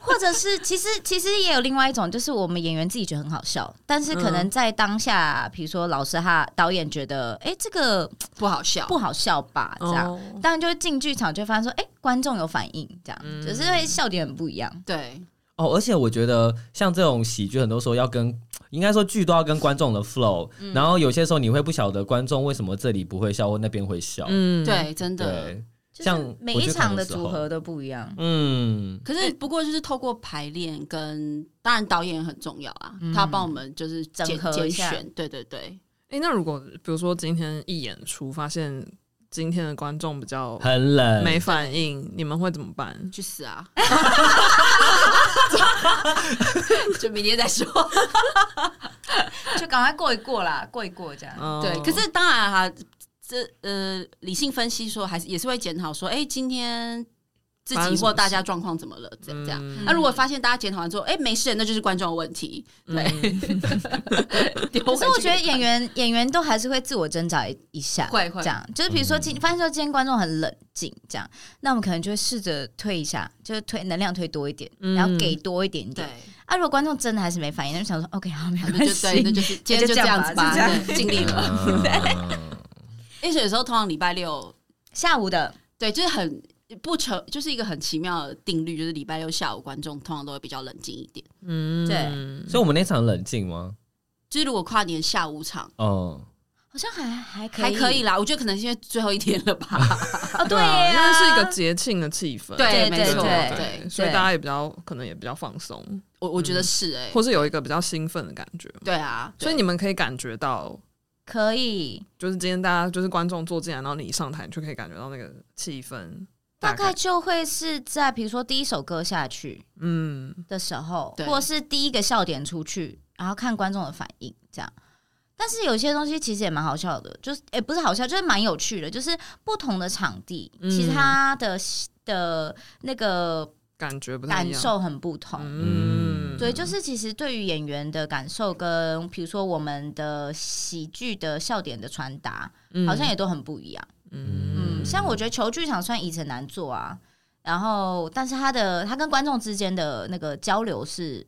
Speaker 4: 或者是其实其实也有另外一种，就是我们演员自己觉得很好笑，但是可能
Speaker 5: 嗯
Speaker 4: 在当下，比如说老师他导演觉得，哎、这个
Speaker 5: 不好笑。
Speaker 4: 不好笑吧，这样。
Speaker 3: 哦
Speaker 4: 当然，就进剧场就会发现说，哎、观众有反应，这样、就是会笑点很不一样。
Speaker 5: 对，
Speaker 1: 哦，而且我觉得像这种喜剧，很多时候要跟，应该说剧都要跟观众的 flow，、然
Speaker 5: 嗯
Speaker 1: 后有些时候你会不晓得观众为什么这里不会笑或那边会笑，
Speaker 3: 嗯，
Speaker 5: 对，真的。
Speaker 1: 啊对，
Speaker 4: 就
Speaker 1: 像
Speaker 4: 是每
Speaker 1: 我
Speaker 4: 一
Speaker 1: 去看
Speaker 4: 场的
Speaker 1: 时候
Speaker 4: 组合都不一样。
Speaker 1: 嗯，
Speaker 5: 可是不过就是透过排练跟，当然导演也很重要啊，他帮我们就是
Speaker 4: 整
Speaker 5: 拣
Speaker 4: 嗯合
Speaker 5: 拣
Speaker 4: 一下
Speaker 5: 选，对对对，
Speaker 3: 哎，那如果比如说今天一演出，发现今天的观众比较
Speaker 1: 很冷，
Speaker 3: 没反应，你们会怎么办？
Speaker 5: 去死 啊！ 就明天再说。
Speaker 4: 就赶快过一过啦，过一过这样。
Speaker 3: 哦
Speaker 5: 对，可是当然哈、这呃理性分析说，还是也是会检讨说，哎、今天自
Speaker 3: 发生
Speaker 5: 己
Speaker 3: 什么
Speaker 5: 或大家状况怎么了，这样这样。
Speaker 3: 嗯
Speaker 5: 那、如果发现大家检讨完之后，哎、没事，那就是观众的问题。对，丢
Speaker 4: 可
Speaker 5: 回
Speaker 4: 是
Speaker 5: 去
Speaker 4: 我觉得演员演员都还是会自我挣扎一一下，
Speaker 5: 会会
Speaker 4: 这样，就是比如说今发现说今天观众很冷静，这样，那我们可能就会试着推一下，就是推能量推多一点，
Speaker 3: 嗯
Speaker 4: 然后给多一点
Speaker 5: 对
Speaker 4: 点。，啊，如果观众真的还是没反应，那就想说 OK 好，没
Speaker 5: 那
Speaker 4: 关
Speaker 5: 就对，那
Speaker 4: 系。
Speaker 5: 就是今天就这样子吧，
Speaker 4: 就这样吧
Speaker 5: 对尽力了。
Speaker 1: 嗯
Speaker 5: 因为有时候通常礼拜六，
Speaker 4: 下午的
Speaker 5: 对，就是很不成就是一个很奇妙的定律，就是礼拜六下午观众通常都会比较冷静一点。
Speaker 3: 嗯，
Speaker 1: 所以我们那场冷静吗？
Speaker 5: 就是如果跨年下午场
Speaker 1: 哦，
Speaker 4: 好像还还可以，
Speaker 5: 还可以啦，我觉得可能是因为最后一天了吧。
Speaker 4: 哦，对
Speaker 3: 啊，
Speaker 4: 呀，
Speaker 3: 因为是一个节庆的气氛，
Speaker 5: 对
Speaker 4: 对
Speaker 5: 没错，
Speaker 4: 对
Speaker 5: 对，
Speaker 3: 所以大家也比较可能也比较放松，
Speaker 5: 我我
Speaker 4: 嗯
Speaker 5: 觉得是哎、
Speaker 3: 或是有一个比较兴奋的感觉。
Speaker 5: 对啊，
Speaker 3: 所以你们可以感觉到，
Speaker 4: 可以，
Speaker 3: 就是今天大家就是观众坐进来，然后你一上台，你就可以感觉到那个气氛。
Speaker 4: 大概
Speaker 3: 概
Speaker 4: 就会是在比如说第一首歌下去
Speaker 3: 嗯，
Speaker 4: 的时候，
Speaker 5: 对
Speaker 4: 或是第一个笑点出去，然后看观众的反应这样。但是有些东西其实也蛮好笑的，就是也、不是好笑，就是蛮有趣的。就是不同的场地，
Speaker 3: 嗯
Speaker 4: 其实它的的那个
Speaker 3: 感觉不太一
Speaker 4: 感
Speaker 3: 样。
Speaker 4: 受很不同。
Speaker 3: 嗯，
Speaker 4: 对，就是其实对于演员的感受跟，比如说我们的喜剧的笑点的传达，
Speaker 3: 嗯
Speaker 4: 好像也都很不一样。嗯，像我觉得球剧场虽然以前难做啊，然后但是他的他跟观众之间的那个交流是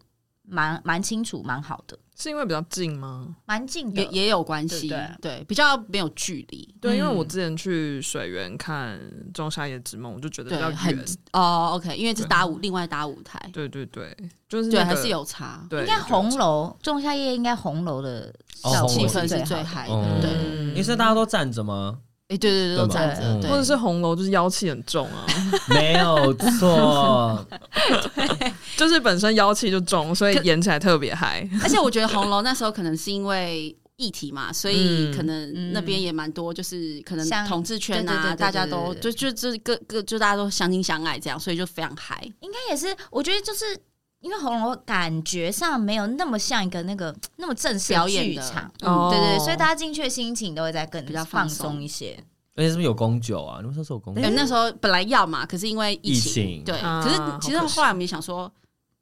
Speaker 4: 蛮蛮清楚、蛮好的，
Speaker 3: 是因为比较近吗？
Speaker 4: 蛮近的
Speaker 5: 也。也有关系，
Speaker 4: 对不
Speaker 5: 对，比较没有距离。
Speaker 3: 对，因为
Speaker 4: 嗯
Speaker 3: 我之前去水源看《仲夏夜之梦》，我就觉得比
Speaker 5: 对
Speaker 3: 较
Speaker 5: 很
Speaker 3: 远。
Speaker 5: 哦，OK，因为是搭舞，另外搭舞台，
Speaker 3: 对对对，就是
Speaker 5: 对，
Speaker 3: 那个
Speaker 5: 还是有差。
Speaker 3: 对，
Speaker 4: 应该
Speaker 3: 有
Speaker 4: 红楼仲夏夜应该红楼的
Speaker 1: 哦
Speaker 4: 效
Speaker 1: 红
Speaker 4: 果
Speaker 1: 楼
Speaker 5: 气氛
Speaker 4: 最
Speaker 5: 是
Speaker 4: 好
Speaker 5: 最
Speaker 4: 的
Speaker 5: 嗨
Speaker 1: 嗯
Speaker 5: 的，对，哎
Speaker 1: 因为是大家都站着吗？，
Speaker 5: 对对对，
Speaker 1: 对
Speaker 5: 都
Speaker 1: 嘛
Speaker 5: 站着，
Speaker 1: 嗯
Speaker 5: 对
Speaker 3: 或者是红楼就是妖气很重 啊，
Speaker 1: 没有错，
Speaker 3: 就是本身妖气就重，所以演起来特别嗨。
Speaker 5: 而且我觉得红楼那时候可能是因为议题嘛，所以
Speaker 3: 嗯
Speaker 5: 可能那边也蛮多，就是可能
Speaker 4: 像
Speaker 5: 同志圈
Speaker 4: 对对
Speaker 5: 啊，
Speaker 4: 对对
Speaker 5: 大家
Speaker 4: 对
Speaker 5: 都
Speaker 4: 对
Speaker 5: 就就就各各就大家都相亲相爱这样，所以就非常嗨。
Speaker 4: 应该也是，我觉得就是因为红楼感觉上没有那么像一个那个那么正式
Speaker 5: 表演
Speaker 4: 剧
Speaker 5: 的嗯
Speaker 4: 场，
Speaker 3: 哦
Speaker 4: 对对，对所以大家进去的心情都会再更
Speaker 5: 比较放
Speaker 4: 放
Speaker 5: 松
Speaker 4: 松一些。
Speaker 1: 而且是不是有公酒啊？你们说是有公酒
Speaker 5: 对，？那时候本来要嘛，可是因为疫
Speaker 1: 疫情
Speaker 5: 对，
Speaker 3: 嗯啊
Speaker 5: 可是其实
Speaker 3: 好可惜
Speaker 5: 后来我们也想说。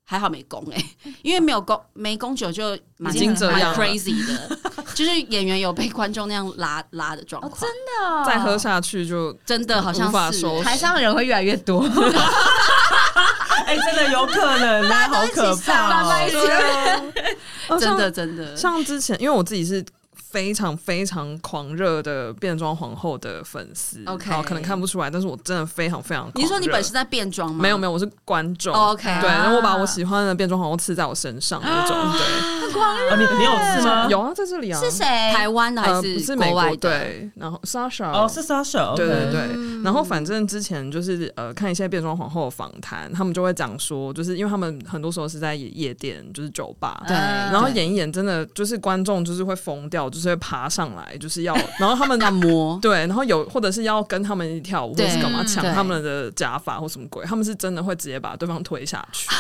Speaker 5: 还好没攻哎、 因为没有攻没攻久就蛮
Speaker 3: 已经这样
Speaker 5: 蛮
Speaker 3: 了
Speaker 5: crazy 的， 就是演员有被观众那样拉拉的状
Speaker 4: 哦
Speaker 5: 况，，
Speaker 4: 真的、哦，
Speaker 3: 再喝下去就
Speaker 5: 真的好像
Speaker 3: 无法
Speaker 5: 是
Speaker 3: 收拾
Speaker 4: 台上的人会越来越多，
Speaker 1: 哎，真的有可 能啊，好可怕
Speaker 4: 大家都一
Speaker 1: 哦！
Speaker 4: 起上
Speaker 3: 对 啊
Speaker 5: 真的真的
Speaker 3: 像之前，因为我自己是非常非常狂热的变装皇后的粉丝
Speaker 5: OK
Speaker 3: 好可能看不出来，但是我真的非常非常狂热。
Speaker 5: 你是说你本身在变装吗？
Speaker 3: 没有没有，我是观众。
Speaker 5: 哦，OK
Speaker 3: 对，然后我把我喜欢的变装皇后刺在我身上那种，对，
Speaker 1: 啊你你有吃吗？
Speaker 3: 有啊，在这里啊，
Speaker 4: 是？谁？
Speaker 5: 台湾的还
Speaker 3: 呃，不是美
Speaker 5: 国外
Speaker 3: 国
Speaker 5: 的？
Speaker 3: 对，然后 Sasha
Speaker 1: 哦，是 Sasha，
Speaker 3: 对对对，
Speaker 5: 嗯
Speaker 3: 然后反正之前就是呃看一些变装皇后的访谈，他们就会讲说，就是因为他们很多时候是在夜夜店，就是酒吧，
Speaker 5: 对，
Speaker 4: 嗯
Speaker 3: 然后演一演，真的就是观众就是会疯掉，就是会爬上来，就是要， 然后他们
Speaker 5: 按摩，
Speaker 3: 对，然后有或者是要跟他们一起跳舞，或
Speaker 5: 对
Speaker 3: 者是干嘛抢
Speaker 5: 对
Speaker 3: 他们的假发或什么鬼，他们是真的会直接把对方推下 去。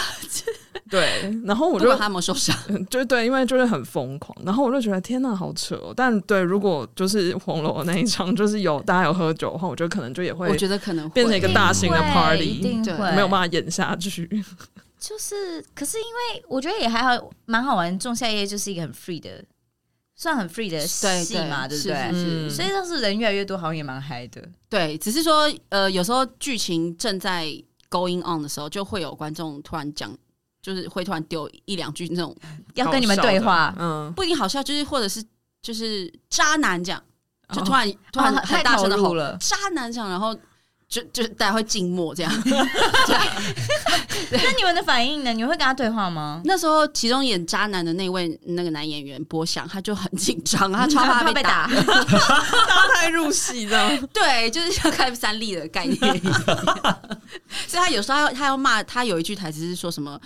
Speaker 3: 对，然后我
Speaker 5: 不
Speaker 3: 就
Speaker 5: 管他有没有受伤，
Speaker 3: 就对，因为就是很疯狂，然后我就觉得天呐，好扯、哦。但对，如果就是红楼那一场，就是有大家有喝酒的话，我觉得可能就也
Speaker 5: 我
Speaker 3: 会
Speaker 5: 觉得可能会
Speaker 3: 变成一个大型的
Speaker 4: 一定会
Speaker 3: party，
Speaker 4: 一定
Speaker 5: 对
Speaker 4: 会
Speaker 3: 没有办法演下去。
Speaker 4: 就是，可是因为我觉得也还好，蛮好玩。仲夏夜就是一个很 free 的，算很 free 的
Speaker 5: 对
Speaker 4: 戏嘛，对不
Speaker 5: 是
Speaker 4: 对？
Speaker 5: 是
Speaker 3: 嗯
Speaker 5: 是
Speaker 4: 所以当时人越来越多，好像也蛮嗨的。
Speaker 5: 对，只是说呃，有时候剧情正在 going on 的时候，就会有观众突然讲，就是会突然丢一两句那种
Speaker 4: 要跟你们对
Speaker 3: 好
Speaker 4: 话
Speaker 3: 笑，的嗯，
Speaker 5: 不一定好笑，就是或者是就是渣男讲，就突然、突然
Speaker 4: 啊
Speaker 5: 很
Speaker 4: 太
Speaker 5: 很大
Speaker 4: 投
Speaker 5: 声的吼
Speaker 4: 入 了。
Speaker 5: 渣男讲，然后就就大家会静默这样。
Speaker 4: 那你们的反应呢？你们会跟他对话 吗？
Speaker 5: 那时候，其中演渣男的那位那个男演员波翔，他就很紧张，他超怕
Speaker 4: 怕
Speaker 5: 被
Speaker 4: 被
Speaker 5: 打。
Speaker 4: 打，
Speaker 3: 大家太入戏这样。
Speaker 5: 对，就是像看三立的概念一样。所以他有时候他要他要骂，他有一句台词是说什么？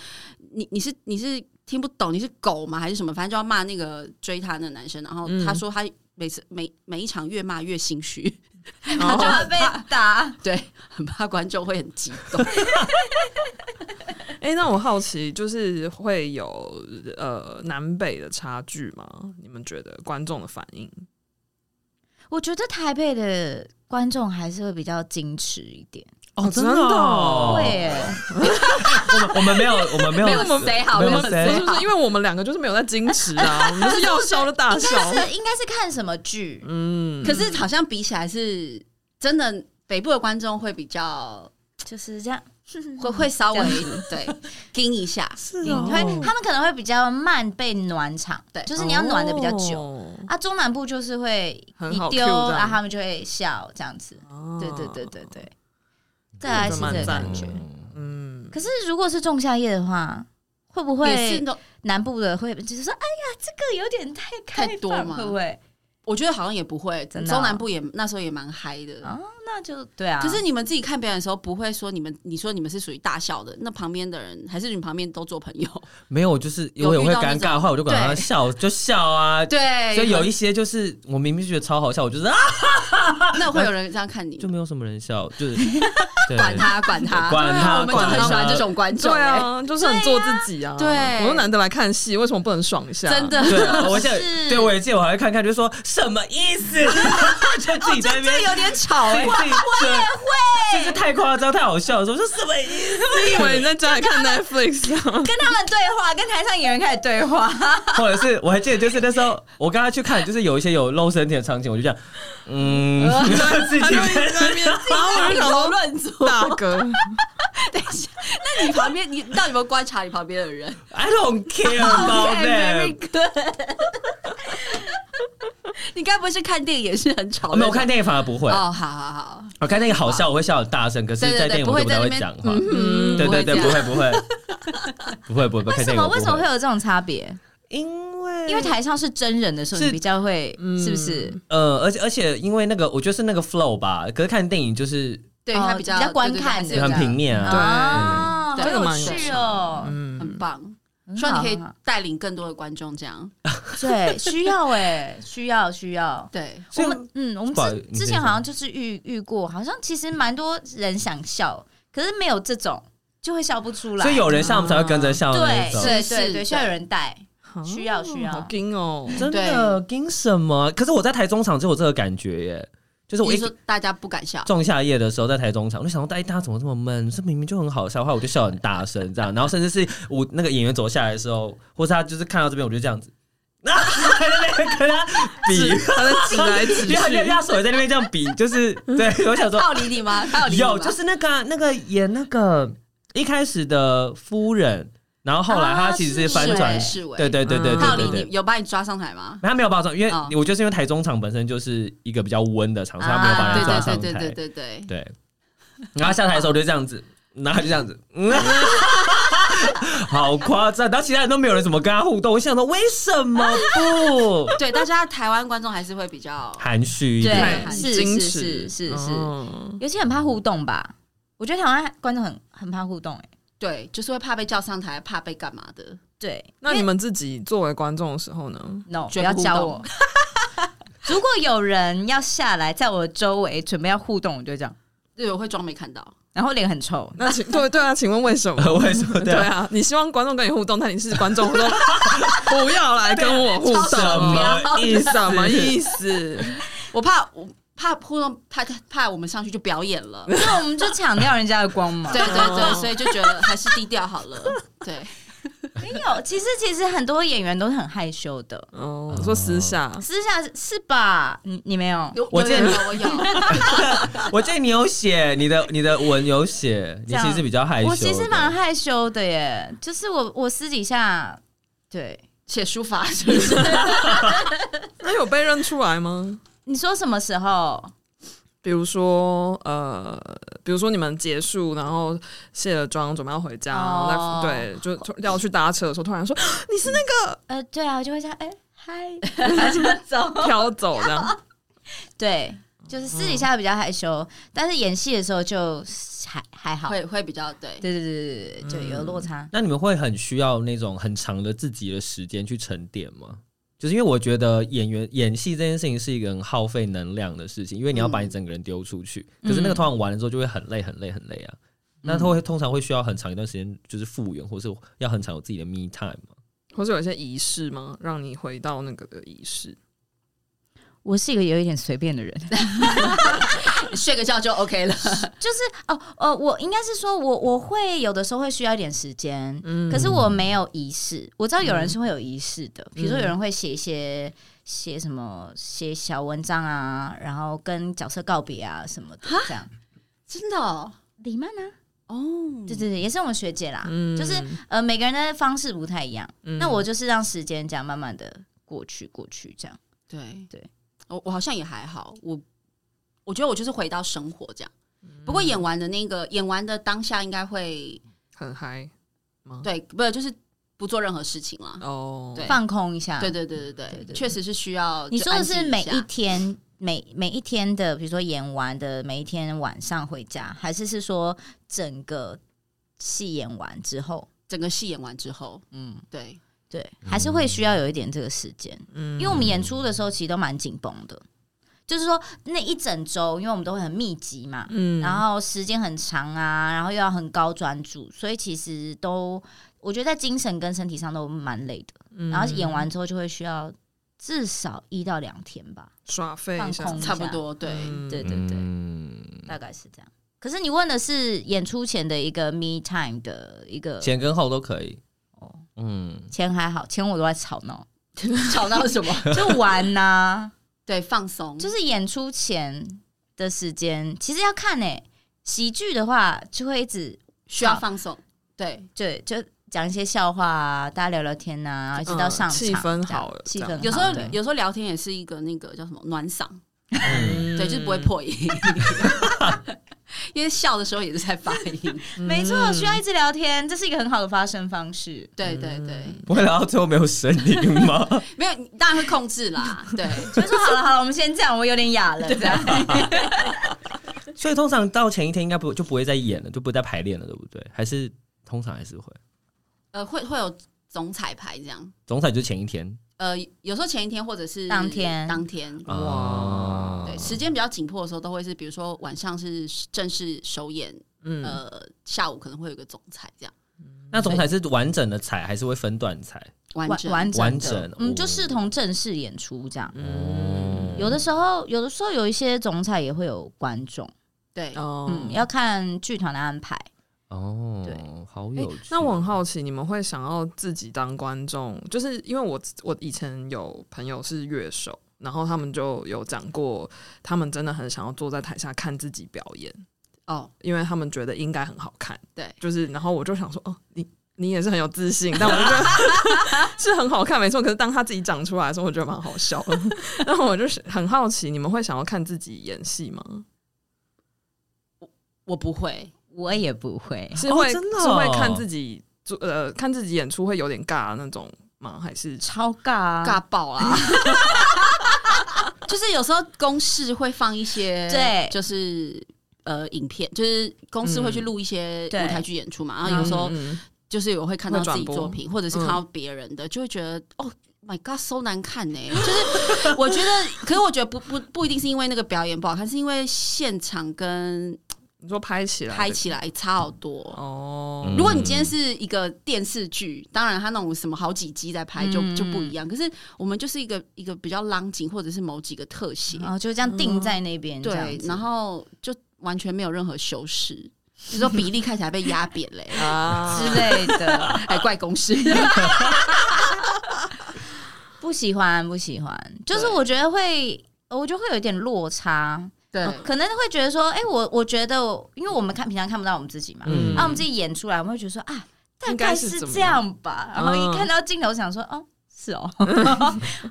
Speaker 5: 你你是你是听不懂，你是狗吗？还是什么？反正就要骂那个追他的男生。然后
Speaker 3: 嗯
Speaker 5: 他说他每次每每一场越骂越心 虚，
Speaker 4: 他
Speaker 3: 然
Speaker 4: 就
Speaker 3: 后
Speaker 4: 会被打。
Speaker 5: 对，很怕观众会很激动。
Speaker 3: 哎、那我好奇，就是会有呃南北的差距吗？你们觉得观众的反应？
Speaker 4: 我觉得台北的观众还是会比较矜持一点，
Speaker 1: 哦，真
Speaker 3: 真的
Speaker 1: 哦
Speaker 3: 哦
Speaker 4: 会耶。
Speaker 1: 我们我们没有，我们没有，
Speaker 5: 没有谁好
Speaker 1: 没有
Speaker 5: 没有
Speaker 1: 谁
Speaker 5: 谁
Speaker 3: 哦就是因为我们两个就是没有在矜持啊，我们就是要笑就大笑。
Speaker 4: 是应该是看什么剧？
Speaker 3: 嗯，
Speaker 5: 可是好像比起来是真的，北部的观众会比较
Speaker 4: 就是这样，
Speaker 5: 会会稍微
Speaker 4: 嗯这
Speaker 5: 对 盯一下。
Speaker 3: 是
Speaker 4: 你会他们可能会比较慢被暖场，
Speaker 5: 对
Speaker 4: 就是你要暖的比较久。
Speaker 3: 哦
Speaker 4: 啊，中南部就是会
Speaker 3: 很
Speaker 4: 一
Speaker 3: 好 cue
Speaker 4: 丢，
Speaker 3: 这
Speaker 4: 啊
Speaker 3: 样嗯啊
Speaker 4: 然后他们就会笑这样子。对对对对对，对啊，是
Speaker 3: 这蛮
Speaker 4: 这个
Speaker 3: 赞
Speaker 4: 感
Speaker 3: 的
Speaker 4: 觉。
Speaker 3: 嗯，
Speaker 4: 可是如果是仲夏夜的话，会不
Speaker 5: 也是
Speaker 4: 会
Speaker 5: 那种，
Speaker 4: 南部的会就是说，哎呀，这个有点太开
Speaker 5: 太
Speaker 4: 放
Speaker 5: 多嘛
Speaker 4: 会不会？
Speaker 5: 我觉得好像也不会，
Speaker 4: 真的哦
Speaker 5: 中南部也那时候也蛮嗨的。
Speaker 4: 啊，那就对啊。
Speaker 5: 可是你们自己看表演的时候，不会说你们，你说你们是属于大笑的，那旁边的人还是你们旁边都做朋 友？
Speaker 1: 没有，就是
Speaker 5: 有
Speaker 1: 我也
Speaker 5: 遇
Speaker 1: 会
Speaker 5: 到那
Speaker 1: 尴
Speaker 5: 种
Speaker 1: 尬的话，我就管他
Speaker 5: 对
Speaker 1: 笑就笑啊。
Speaker 5: 对
Speaker 1: 所以有一些就是我明明觉得超好笑，我就是啊，
Speaker 5: 那会有人这样看你
Speaker 1: 就
Speaker 5: 吗，
Speaker 1: 没有什么人笑，就是
Speaker 5: 管，他管
Speaker 1: 对
Speaker 5: 他，
Speaker 1: 管他，
Speaker 5: 我们就很喜欢这种观众、欸
Speaker 3: 对
Speaker 4: 欸
Speaker 3: 啊，就是很做自己啊。
Speaker 5: 对啊对
Speaker 3: 我都难得来看戏，为什么不能爽一下？
Speaker 5: 欸，真的。
Speaker 1: 对，啊我现在
Speaker 4: 是
Speaker 1: 对我也记得，我还会看看，就说什么意思， 就自己在那边
Speaker 5: 这有点吵
Speaker 1: 自
Speaker 5: 哎、
Speaker 1: 己自己对，就是太夸张、太好笑的时候，说什么意
Speaker 3: 以为你
Speaker 1: 思？
Speaker 3: 在家里 看 Netflix 啊。
Speaker 4: 跟他们对话，跟台上演员开始对话，
Speaker 1: 或者是我还记得，就是那时候我跟他去看，就是有一些有露身体的场景，我就这样，嗯，自
Speaker 3: 他
Speaker 1: 己
Speaker 3: 就一直 在那边，然后我就想
Speaker 5: 头
Speaker 3: 说，
Speaker 5: 论足，
Speaker 1: 啊
Speaker 3: 大哥，
Speaker 5: 那你旁边，你到底有没有观察你旁边的人
Speaker 1: I don't care about
Speaker 5: ？Very
Speaker 1: them。
Speaker 5: good。你该不会是看电影也是很吵
Speaker 1: 哦
Speaker 5: 的？
Speaker 1: 没有，我看电影反而不会。
Speaker 5: 哦，好好好，
Speaker 1: 我看电影好笑，我会笑很大声，可是
Speaker 5: 对对
Speaker 1: 在
Speaker 5: 对
Speaker 1: 电影
Speaker 5: 不
Speaker 1: 我
Speaker 5: 会
Speaker 1: 就不太
Speaker 5: 在
Speaker 1: 会
Speaker 5: 那边
Speaker 1: 讲话。
Speaker 3: 嗯，
Speaker 1: 对对对，不
Speaker 5: 不
Speaker 1: 会不会，不会不会。
Speaker 4: 为
Speaker 1: 看
Speaker 4: 什
Speaker 1: 电影
Speaker 4: 么
Speaker 1: 我不
Speaker 4: 为什么会？有这种差别？
Speaker 1: 因为
Speaker 4: 因为台上是真人的时候，
Speaker 1: 是
Speaker 4: 你比较会，
Speaker 3: 嗯
Speaker 4: 是不是？
Speaker 1: 呃，而且而且因为那个，我觉得是那个 flow 吧。可是看电影就是
Speaker 5: 对
Speaker 4: 哦
Speaker 5: 他比较
Speaker 4: 比较观
Speaker 5: 对对对
Speaker 4: 看
Speaker 5: 还是
Speaker 4: 对
Speaker 5: 有
Speaker 1: 很
Speaker 5: 这样
Speaker 1: 平面啊。
Speaker 4: 啊，
Speaker 5: 对
Speaker 4: 好
Speaker 3: 个
Speaker 5: 这
Speaker 4: 有
Speaker 3: 蛮有
Speaker 4: 趣哦，
Speaker 5: 很
Speaker 3: 嗯，
Speaker 5: 棒。
Speaker 4: 很
Speaker 5: 希望你可以
Speaker 4: 好很好
Speaker 5: 带领更多的观众，这样
Speaker 4: 对，需要哎，需要需要。
Speaker 5: 对。
Speaker 1: 所以
Speaker 4: 我们嗯，我们
Speaker 1: 不好意思
Speaker 4: 之之
Speaker 1: 你先
Speaker 4: 前好像就是遇遇过，好像其实蛮多人想笑，可是没有这种就会笑不出来。
Speaker 1: 所以有人像我们才会跟着笑的那
Speaker 4: 对
Speaker 1: 种。
Speaker 4: 对
Speaker 5: 是
Speaker 4: 对对，
Speaker 5: 是
Speaker 4: 需要有人带，
Speaker 3: 好
Speaker 4: 需要需要
Speaker 3: 好硬哦。
Speaker 1: 真的盯什么？可是我在台中场就有这个感觉耶，就是我
Speaker 5: 你
Speaker 1: 一
Speaker 5: 是说大家不敢笑，
Speaker 1: 仲夏夜的时候在台中场，我就想说，哎，大家怎么这么闷？这明明就很好笑，后来我就笑很大声这样，然后甚至是我那个演员走下来的时候，或是他就是看到这边，我就这样子，然后在那边跟他比
Speaker 3: 指。他在指来指
Speaker 1: 因为他就
Speaker 3: 去，
Speaker 1: 他手也在那边这样比，就是对我想说，
Speaker 5: 他有理你吗？他有理你吗
Speaker 1: 有，就是那个啊、那个演那个一开始的夫人，然后后来他其实是翻转，
Speaker 5: 是是
Speaker 1: 对对对对
Speaker 5: 他有
Speaker 1: 对
Speaker 5: 理
Speaker 1: 对
Speaker 5: 你，
Speaker 1: 对。
Speaker 5: 有把你抓上台吗？
Speaker 1: 他没有把我抓，因为
Speaker 5: 哦
Speaker 1: 我就是因为台中场本身就是一个比较温的场，所以他没有把
Speaker 4: 啊
Speaker 1: 人
Speaker 5: 对
Speaker 1: 抓
Speaker 5: 对
Speaker 1: 上
Speaker 5: 对
Speaker 1: 台。
Speaker 5: 对对对对，
Speaker 1: 对然后他下台的时候就这样子，然后他就这样子，嗯， 好夸张。然后其他人都没有人怎么跟他互动，我想说为什么不
Speaker 5: 对，大家台湾观众还是会比较
Speaker 1: 含蓄一点？
Speaker 4: 对，
Speaker 5: 很
Speaker 4: 是
Speaker 3: 矜
Speaker 4: 是
Speaker 3: 持
Speaker 4: 是是是，
Speaker 3: 哦
Speaker 4: 尤其很怕互动吧？我觉得台湾观众很很怕互动，哎，
Speaker 5: 对，就是会怕被叫上台，怕被干嘛的。
Speaker 4: 对，
Speaker 3: 那
Speaker 4: 因为
Speaker 3: 你们自己作为观众的时候呢？
Speaker 4: no 不
Speaker 5: 绝
Speaker 4: 要
Speaker 5: 不互
Speaker 4: 教
Speaker 5: 动
Speaker 4: 我。 如果有人要下来，在我周围准备要互动，我就这样，
Speaker 5: 对，我会装没看到。
Speaker 4: 然后脸很臭，
Speaker 3: 那请对对啊，请问为什么？
Speaker 1: 为什么？
Speaker 3: 对
Speaker 1: 啊
Speaker 3: 啊，你希望观众跟你互动，但你是观众， 我说不要来跟我互动，
Speaker 1: 什么意思？
Speaker 3: 什么意思？
Speaker 5: 我怕我怕互动，怕怕我们上去就表演了。
Speaker 4: 那我们就抢掉人家的光 芒。
Speaker 5: 对对
Speaker 3: 哦
Speaker 5: 对，所以就觉得还是低调好 了。对，
Speaker 4: 没有，其实其实很多演员都是很害羞的，
Speaker 3: 哦，我说私下，
Speaker 4: 私下是是吧？你你没有？
Speaker 5: 有
Speaker 1: 我
Speaker 5: 有
Speaker 1: 见
Speaker 5: 有
Speaker 1: 你
Speaker 5: 有我有，
Speaker 1: 我记得你有写你的你的文有写，你
Speaker 4: 这样
Speaker 1: 其实比较害羞的。
Speaker 4: 我其实蛮害羞的耶，就是我我私底下对
Speaker 5: 写书法是 不是？
Speaker 3: 那有被认出来吗？
Speaker 4: 你说什么时候？
Speaker 3: 比如说，呃，比如说你们结束，然后卸了妆，准备要回家，然后
Speaker 4: 哦
Speaker 3: 再对，就突要去搭车的时候，突然说你是那个
Speaker 4: 呃，对啊，我就会这样，哎、嗨，然后就走。
Speaker 3: 飘走这样，
Speaker 4: 对，就是私底下比较害羞，但是演戏的时候就还还好。对嗯
Speaker 5: 会会比较对。
Speaker 4: 对对对对，就有落差。
Speaker 1: 那你们会很需要那种很长的自己的时间去沉淀吗？就是因为我觉得演员演戏这件事情是一个很耗费能量的事情，因为你要把你整个人丢出去，
Speaker 4: 嗯
Speaker 1: 可是那个通常完了之后就会很累很累很累啊。那他会通常会需要很长一段时间，就是复原，或是要很长有自己的 me time 嘛？
Speaker 3: 或者有一些仪式吗？让你回到那个仪式？
Speaker 4: 我是一个有一点随便的人，
Speaker 5: 睡个觉就 OK 了。
Speaker 4: 就是哦呃，我应该是说我我会有的时候会需要一点时间，
Speaker 3: 嗯
Speaker 4: 可是我没有仪式。我知道有人是会有仪式的，比如说有人会写一些写什么写小文章啊，然后跟角色告别啊什么的，这样。
Speaker 5: 真的哦，
Speaker 4: 李曼啊呢？
Speaker 5: 哦
Speaker 4: 对对对，也是我们学姐啦。
Speaker 3: 嗯
Speaker 4: 就是呃，每个人的方式不太一样。
Speaker 3: 嗯
Speaker 4: 那我就是让时间这样慢慢的过去，过去这样。
Speaker 5: 对
Speaker 4: 对，
Speaker 5: 我我好像也还好，我我觉得我就是回到生活这样，
Speaker 4: 嗯
Speaker 5: 不过演完的那个演完的当下应该会
Speaker 3: 很嗨吗？
Speaker 5: 对，不就是不做任何事情
Speaker 4: 嗯
Speaker 5: 了。
Speaker 3: 哦，
Speaker 5: 对
Speaker 4: 放空一下。
Speaker 5: 对对
Speaker 4: 嗯
Speaker 5: 对对对，确实是需要。
Speaker 4: 你说
Speaker 5: 就
Speaker 4: 的
Speaker 5: 安
Speaker 4: 是
Speaker 5: 静
Speaker 4: 每
Speaker 5: 下
Speaker 4: 一天每每一天的，比如说演完的每一天晚上回家，还是是说整个戏演完之后？
Speaker 5: 整个戏演完之后，
Speaker 3: 嗯
Speaker 5: 对，
Speaker 4: 对，还是会需要有一点这个时间，
Speaker 3: 嗯
Speaker 4: 因为我们演出的时候其实都蛮紧绷的，就是说那一整周，因为我们都会很密集嘛，
Speaker 3: 嗯
Speaker 4: 然后时间很长啊，然后又要很高专注，所以其实都我觉得在精神跟身体上都蛮累的。
Speaker 3: 嗯
Speaker 4: 然后演完之后就会需要至少一到两天吧，
Speaker 3: 耍废一下
Speaker 4: 放，空
Speaker 5: 差不多对。
Speaker 3: 嗯
Speaker 4: 对对对，
Speaker 1: 嗯
Speaker 4: 大概是这样。可是你问的是演出前的一个 me time 的一个
Speaker 1: 前跟后都可以。
Speaker 4: 哦
Speaker 1: 嗯，
Speaker 4: 前还好，前我都在吵 闹，嗯
Speaker 5: 吵闹什么？
Speaker 4: 就玩呐、
Speaker 5: 对，放松，
Speaker 4: 就是是演出前的时间，其实要看诶、喜剧的话就会一直
Speaker 5: 需要放松。对，
Speaker 4: 对，就讲一些笑话啊，大家聊聊天呐、啊，一直
Speaker 3: 嗯
Speaker 4: 到上场
Speaker 3: 气氛好了
Speaker 4: 气
Speaker 3: 这
Speaker 4: 氛
Speaker 3: 样
Speaker 5: 有时候
Speaker 4: 对
Speaker 5: 有时候聊天也是一个那个叫什么暖嗓，
Speaker 3: 嗯
Speaker 5: 对，就是不会破音， 因为笑的时候也是在发音。
Speaker 4: 没错，需要一直聊天，这是一个很好的发声方 式。
Speaker 5: 对对
Speaker 4: 嗯
Speaker 5: 对，
Speaker 1: 不会聊到最后没有声音吗？
Speaker 5: 没有，你当然会控制啦。对，
Speaker 4: 所以说好了好了，我们先这样，我有点哑了，这样。
Speaker 1: 所以通常到前一天应该不就不会再演了，就不再排练了，对不对？还是通常还是会，
Speaker 5: 呃，会会有总彩排这样。
Speaker 1: 总彩就前一天
Speaker 5: 呃，有时候前一天或者是
Speaker 4: 当天
Speaker 5: 当天，
Speaker 1: 哦哇，
Speaker 5: 对，时间比较紧迫的时候，都会是比如说晚上是正式首演，
Speaker 3: 嗯
Speaker 5: 呃，下午可能会有个总彩这样
Speaker 1: 那总彩是完整的彩，还是会分段彩？
Speaker 5: 完整。
Speaker 4: 完整
Speaker 1: 完
Speaker 4: 的
Speaker 1: 整
Speaker 4: 嗯，
Speaker 1: 哦
Speaker 4: 就视同正式演出这样。
Speaker 1: 嗯，
Speaker 4: 有的时候，有的时候有一些总彩也会有观众，
Speaker 5: 对，
Speaker 3: 哦
Speaker 4: 嗯，要看剧团的安排。
Speaker 1: 哦，
Speaker 4: 对，
Speaker 1: 好
Speaker 3: 诶
Speaker 1: 有趣。
Speaker 3: 那我很好奇，你们会想要自己当观众，就是因为我我以前有朋友是乐手，然后他们就有讲过，他们真的很想要坐在台下看自己表演，
Speaker 5: 哦，
Speaker 3: 因为他们觉得应该很好看。
Speaker 5: 对
Speaker 3: 就是然后我就想说，哦，你你也是很有自信，但我就觉得 是很好看，没错。可是当他自己长出来的时候，我觉得蛮好笑的。然后我就是很好奇，你们会想要看自己演戏吗？
Speaker 5: 我不会，
Speaker 4: 我也不会，
Speaker 3: 是会、
Speaker 1: 真的哦
Speaker 3: 是会看自己做呃看自己演出会有点尬的那种吗？还是
Speaker 4: 超尬啊
Speaker 5: 尬爆 啊！ 就是有时候公式会放一些，
Speaker 4: 对
Speaker 5: 就是呃影片，就是公司会去录一些
Speaker 4: 嗯
Speaker 5: 舞台剧演出嘛，
Speaker 4: 对
Speaker 5: 啊然后有时候
Speaker 3: 嗯嗯
Speaker 5: 就是我会看到
Speaker 3: 会
Speaker 5: 自
Speaker 3: 转
Speaker 5: 己
Speaker 3: 播
Speaker 5: 作品，或者是
Speaker 3: 嗯
Speaker 5: 看到别人的，就会觉得哦。My God, so 难看呢、 就是我觉得，可是我觉得不不不一定是因为那个表演不好看，是因为现场跟
Speaker 3: 你说拍起来
Speaker 5: 拍起来差好多。
Speaker 3: 哦，
Speaker 1: 嗯
Speaker 5: 如果你今天是一个电视剧，当然它那种什么好几集在拍就、
Speaker 4: 嗯
Speaker 5: 就不一样。可是我们就是一个一个比较浪景，或者是某几个特写，
Speaker 4: 然后就这样定在那边，嗯这样
Speaker 5: 嗯对，
Speaker 4: 子
Speaker 5: 然后就完全没有任何修饰，你说比例看起来被压扁嘞、
Speaker 3: 啊
Speaker 4: 之类的，
Speaker 5: 还怪公式。
Speaker 4: 不喜欢，不喜欢，就是我觉得会，我就会有一点落差，
Speaker 5: 对，
Speaker 4: 可能会觉得说，哎、我我觉得我，因为我们看平常看不到我们自己嘛，
Speaker 1: 嗯
Speaker 4: 那、啊我们自己演出来，我们会觉得说啊，大
Speaker 3: 应
Speaker 4: 概
Speaker 3: 该是
Speaker 4: 是
Speaker 3: 怎么
Speaker 4: 这样吧。然
Speaker 3: 样
Speaker 4: 后一看到镜头，想说，哦，是哦，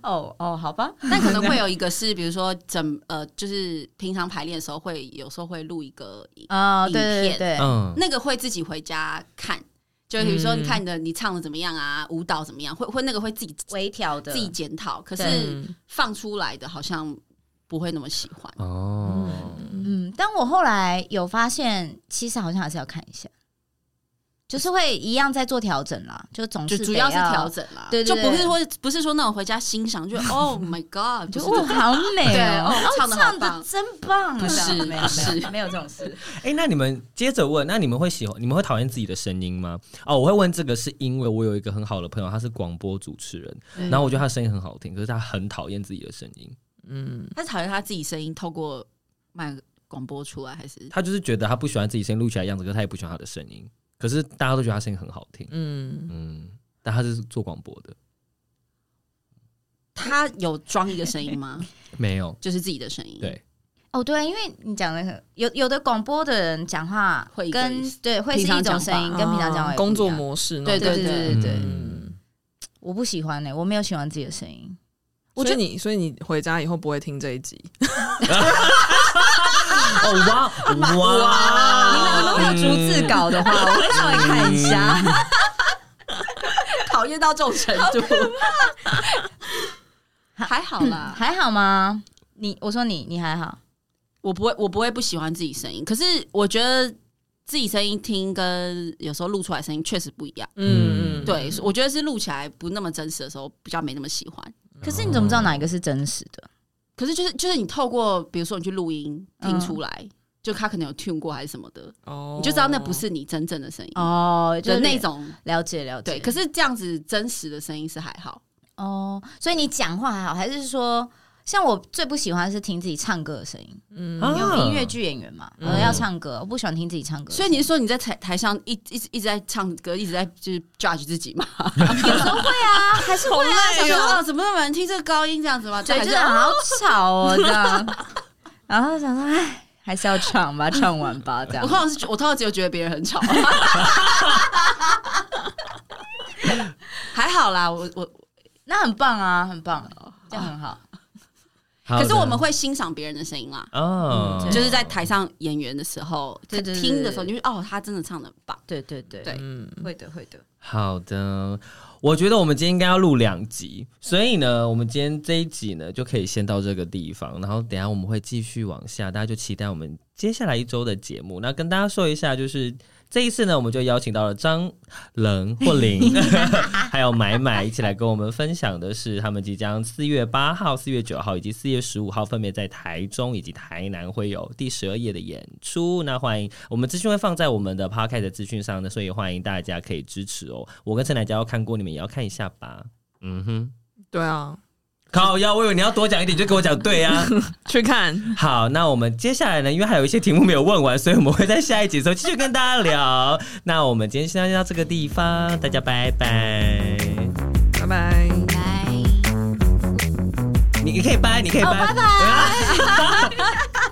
Speaker 4: 哦哦，好吧，
Speaker 5: 但可能会有一个是，比如说整呃，就是平常排练的时候会有时候会录一个影，
Speaker 4: 啊、
Speaker 5: 影
Speaker 4: 对对
Speaker 5: 片
Speaker 4: 对，
Speaker 1: 嗯，
Speaker 5: 那个会自己回家看，就比如说
Speaker 3: 嗯
Speaker 5: 你看你的你唱的怎么样啊，舞蹈怎么样，会会那个会自己
Speaker 4: 微调的
Speaker 5: 自己检讨，可是
Speaker 3: 嗯
Speaker 5: 放出来的好像不会那么喜欢。
Speaker 1: 哦，
Speaker 4: 嗯，但我后来有发现，其实好像还是要看一下，就是会一样在做调整啦，就总
Speaker 5: 就是主
Speaker 4: 得
Speaker 5: 要是调，整啦，
Speaker 4: 对对
Speaker 5: 就不
Speaker 4: 对
Speaker 5: 是会不是说那种回家欣赏， 就 Oh my God，
Speaker 4: 就
Speaker 5: 就是
Speaker 4: 哇，好美
Speaker 5: 对
Speaker 4: 哦，
Speaker 5: 哦
Speaker 4: 哦
Speaker 5: 唱得好
Speaker 4: 唱的
Speaker 5: 棒
Speaker 4: 真棒，
Speaker 5: 不
Speaker 4: 这样
Speaker 5: 是
Speaker 4: 没有没有
Speaker 5: 不是
Speaker 4: 没有这种事，
Speaker 1: 哎、那你们接着问，那你们会喜欢，你们会讨厌自己的声音吗？哦，我会问这个是因为我有一个很好的朋友，他是广播主持人，
Speaker 5: 嗯
Speaker 1: 然后我觉得他的声音很好听，可是他很讨厌自己的声音，
Speaker 3: 嗯
Speaker 5: 他讨厌他自己声音透过麦广播出来，还是
Speaker 1: 他就是觉得他不喜欢自己声音录起来的样子，可是他也不喜欢他的声音，可是大家都觉得他声音很好听，
Speaker 3: 嗯，
Speaker 1: 嗯，但他是做广播的，
Speaker 5: 他有装一个声音 吗？
Speaker 1: 没有，
Speaker 5: 就是自己的声音，
Speaker 1: 对，
Speaker 4: 哦，对，因为你讲的有有的广播的人讲话
Speaker 5: 会一个
Speaker 4: 跟
Speaker 5: 意思
Speaker 4: 对会是
Speaker 5: 平常
Speaker 4: 一
Speaker 5: 讲
Speaker 4: 种
Speaker 5: 哦
Speaker 4: 声音，
Speaker 5: 话
Speaker 4: 跟平常讲话
Speaker 3: 啊
Speaker 4: 也不一样
Speaker 3: 工作模式那
Speaker 5: 对
Speaker 3: 种
Speaker 4: 对
Speaker 5: 对
Speaker 4: 对
Speaker 5: 对
Speaker 4: 对对对，
Speaker 1: 嗯
Speaker 4: 我不喜欢呢、我没有喜欢自己的声音，
Speaker 5: 我
Speaker 3: 所
Speaker 5: 觉
Speaker 3: 以
Speaker 5: 得
Speaker 3: 你，所以你回家以后不会听这一集，
Speaker 1: 哦 哇哇！
Speaker 4: 你们
Speaker 1: 嗯
Speaker 4: 如果有逐字稿 的话，我会稍微看一下。
Speaker 5: 讨厌到这种程度， 还好啦，
Speaker 4: 还好吗？你我说你你还好，
Speaker 5: 我不会，我不会不喜欢自己声音，可是我觉得自己声音听跟有时候录出来声音确实不一样。
Speaker 1: 嗯嗯
Speaker 5: 对，我觉得是录起来不那么真实的时候，比较没那么喜欢。
Speaker 4: 可是你怎么
Speaker 5: 嗯
Speaker 4: 知道哪一个是真实的？
Speaker 5: 可是就是就是你透过比如说你去录音听
Speaker 4: 嗯
Speaker 5: 出来，就他可能有 tune 过还是什么的，
Speaker 3: 哦
Speaker 5: 你就知道那不是你真正的声音，
Speaker 4: 哦，
Speaker 5: 就是那种
Speaker 4: 了解了解。
Speaker 5: 对。可是这样子真实的声音是还好，
Speaker 4: 哦，所以你讲话还好，还是说？像我最不喜欢是听自己唱歌的声音，
Speaker 3: 嗯
Speaker 1: 啊
Speaker 4: 因为我音乐剧演员嘛，我要唱歌，我不喜欢听自己唱歌的
Speaker 5: 所
Speaker 4: 声
Speaker 5: 以
Speaker 4: 音。
Speaker 5: 你是说你在台台上一一直一直在唱歌，一直在就是 judge 自己嘛？
Speaker 4: 有时候会啊，还是会啊，
Speaker 5: 想
Speaker 4: 想
Speaker 5: 说
Speaker 4: 说
Speaker 5: 哦，怎么有人听这个高音这样子吗？
Speaker 4: 对，
Speaker 5: 还
Speaker 4: 就是好吵哦，这样。然后想说，哎，还是要唱吧，唱完吧，这样
Speaker 5: 我。通常是觉我通常只有觉得别人很 吵，还好啦，我我
Speaker 4: 那很棒啊，很棒，这样很好。
Speaker 1: 好的
Speaker 5: 可是我们会欣赏别人的声音啦。
Speaker 1: 哦
Speaker 4: 嗯，
Speaker 5: 就是在台上演员的时候，
Speaker 4: 对对对
Speaker 5: 听的时候，你就哦，他真的唱的很棒。
Speaker 4: 对对对
Speaker 5: 对
Speaker 3: 嗯
Speaker 4: 会的会的。
Speaker 1: 好的，我觉得我们今天应该要录两集，所以呢，我们今天这一集呢就可以先到这个地方，然后等一下我们会继续往下，大家就期待我们接下来一周的节目。那跟大家说一下，就是这一次呢，我们就邀请到了张冷或 林，还有买买一起来跟我们分享的是，他们即将四月八号、四月九号以及四月十五号分别在台中以及台南会有第十二夜的演出。那欢迎我们资讯会放在我们的 podcast 的资讯上呢，所以欢迎大家可以支持哦。我跟陈乃佳要看过，你们也要看一下吧。嗯哼，
Speaker 3: 对啊，
Speaker 1: 靠腰，我以为你要多讲一点，就跟我讲对啊。
Speaker 3: 去看，
Speaker 1: 好，那我们接下来呢，因为还有一些题目没有问完，所以我们会在下一集的时候继续跟大家聊。那我们今天先到这个地方，大家拜拜。
Speaker 3: 拜拜。
Speaker 5: 来。
Speaker 1: 你你可以拜，你可以拜，拜拜。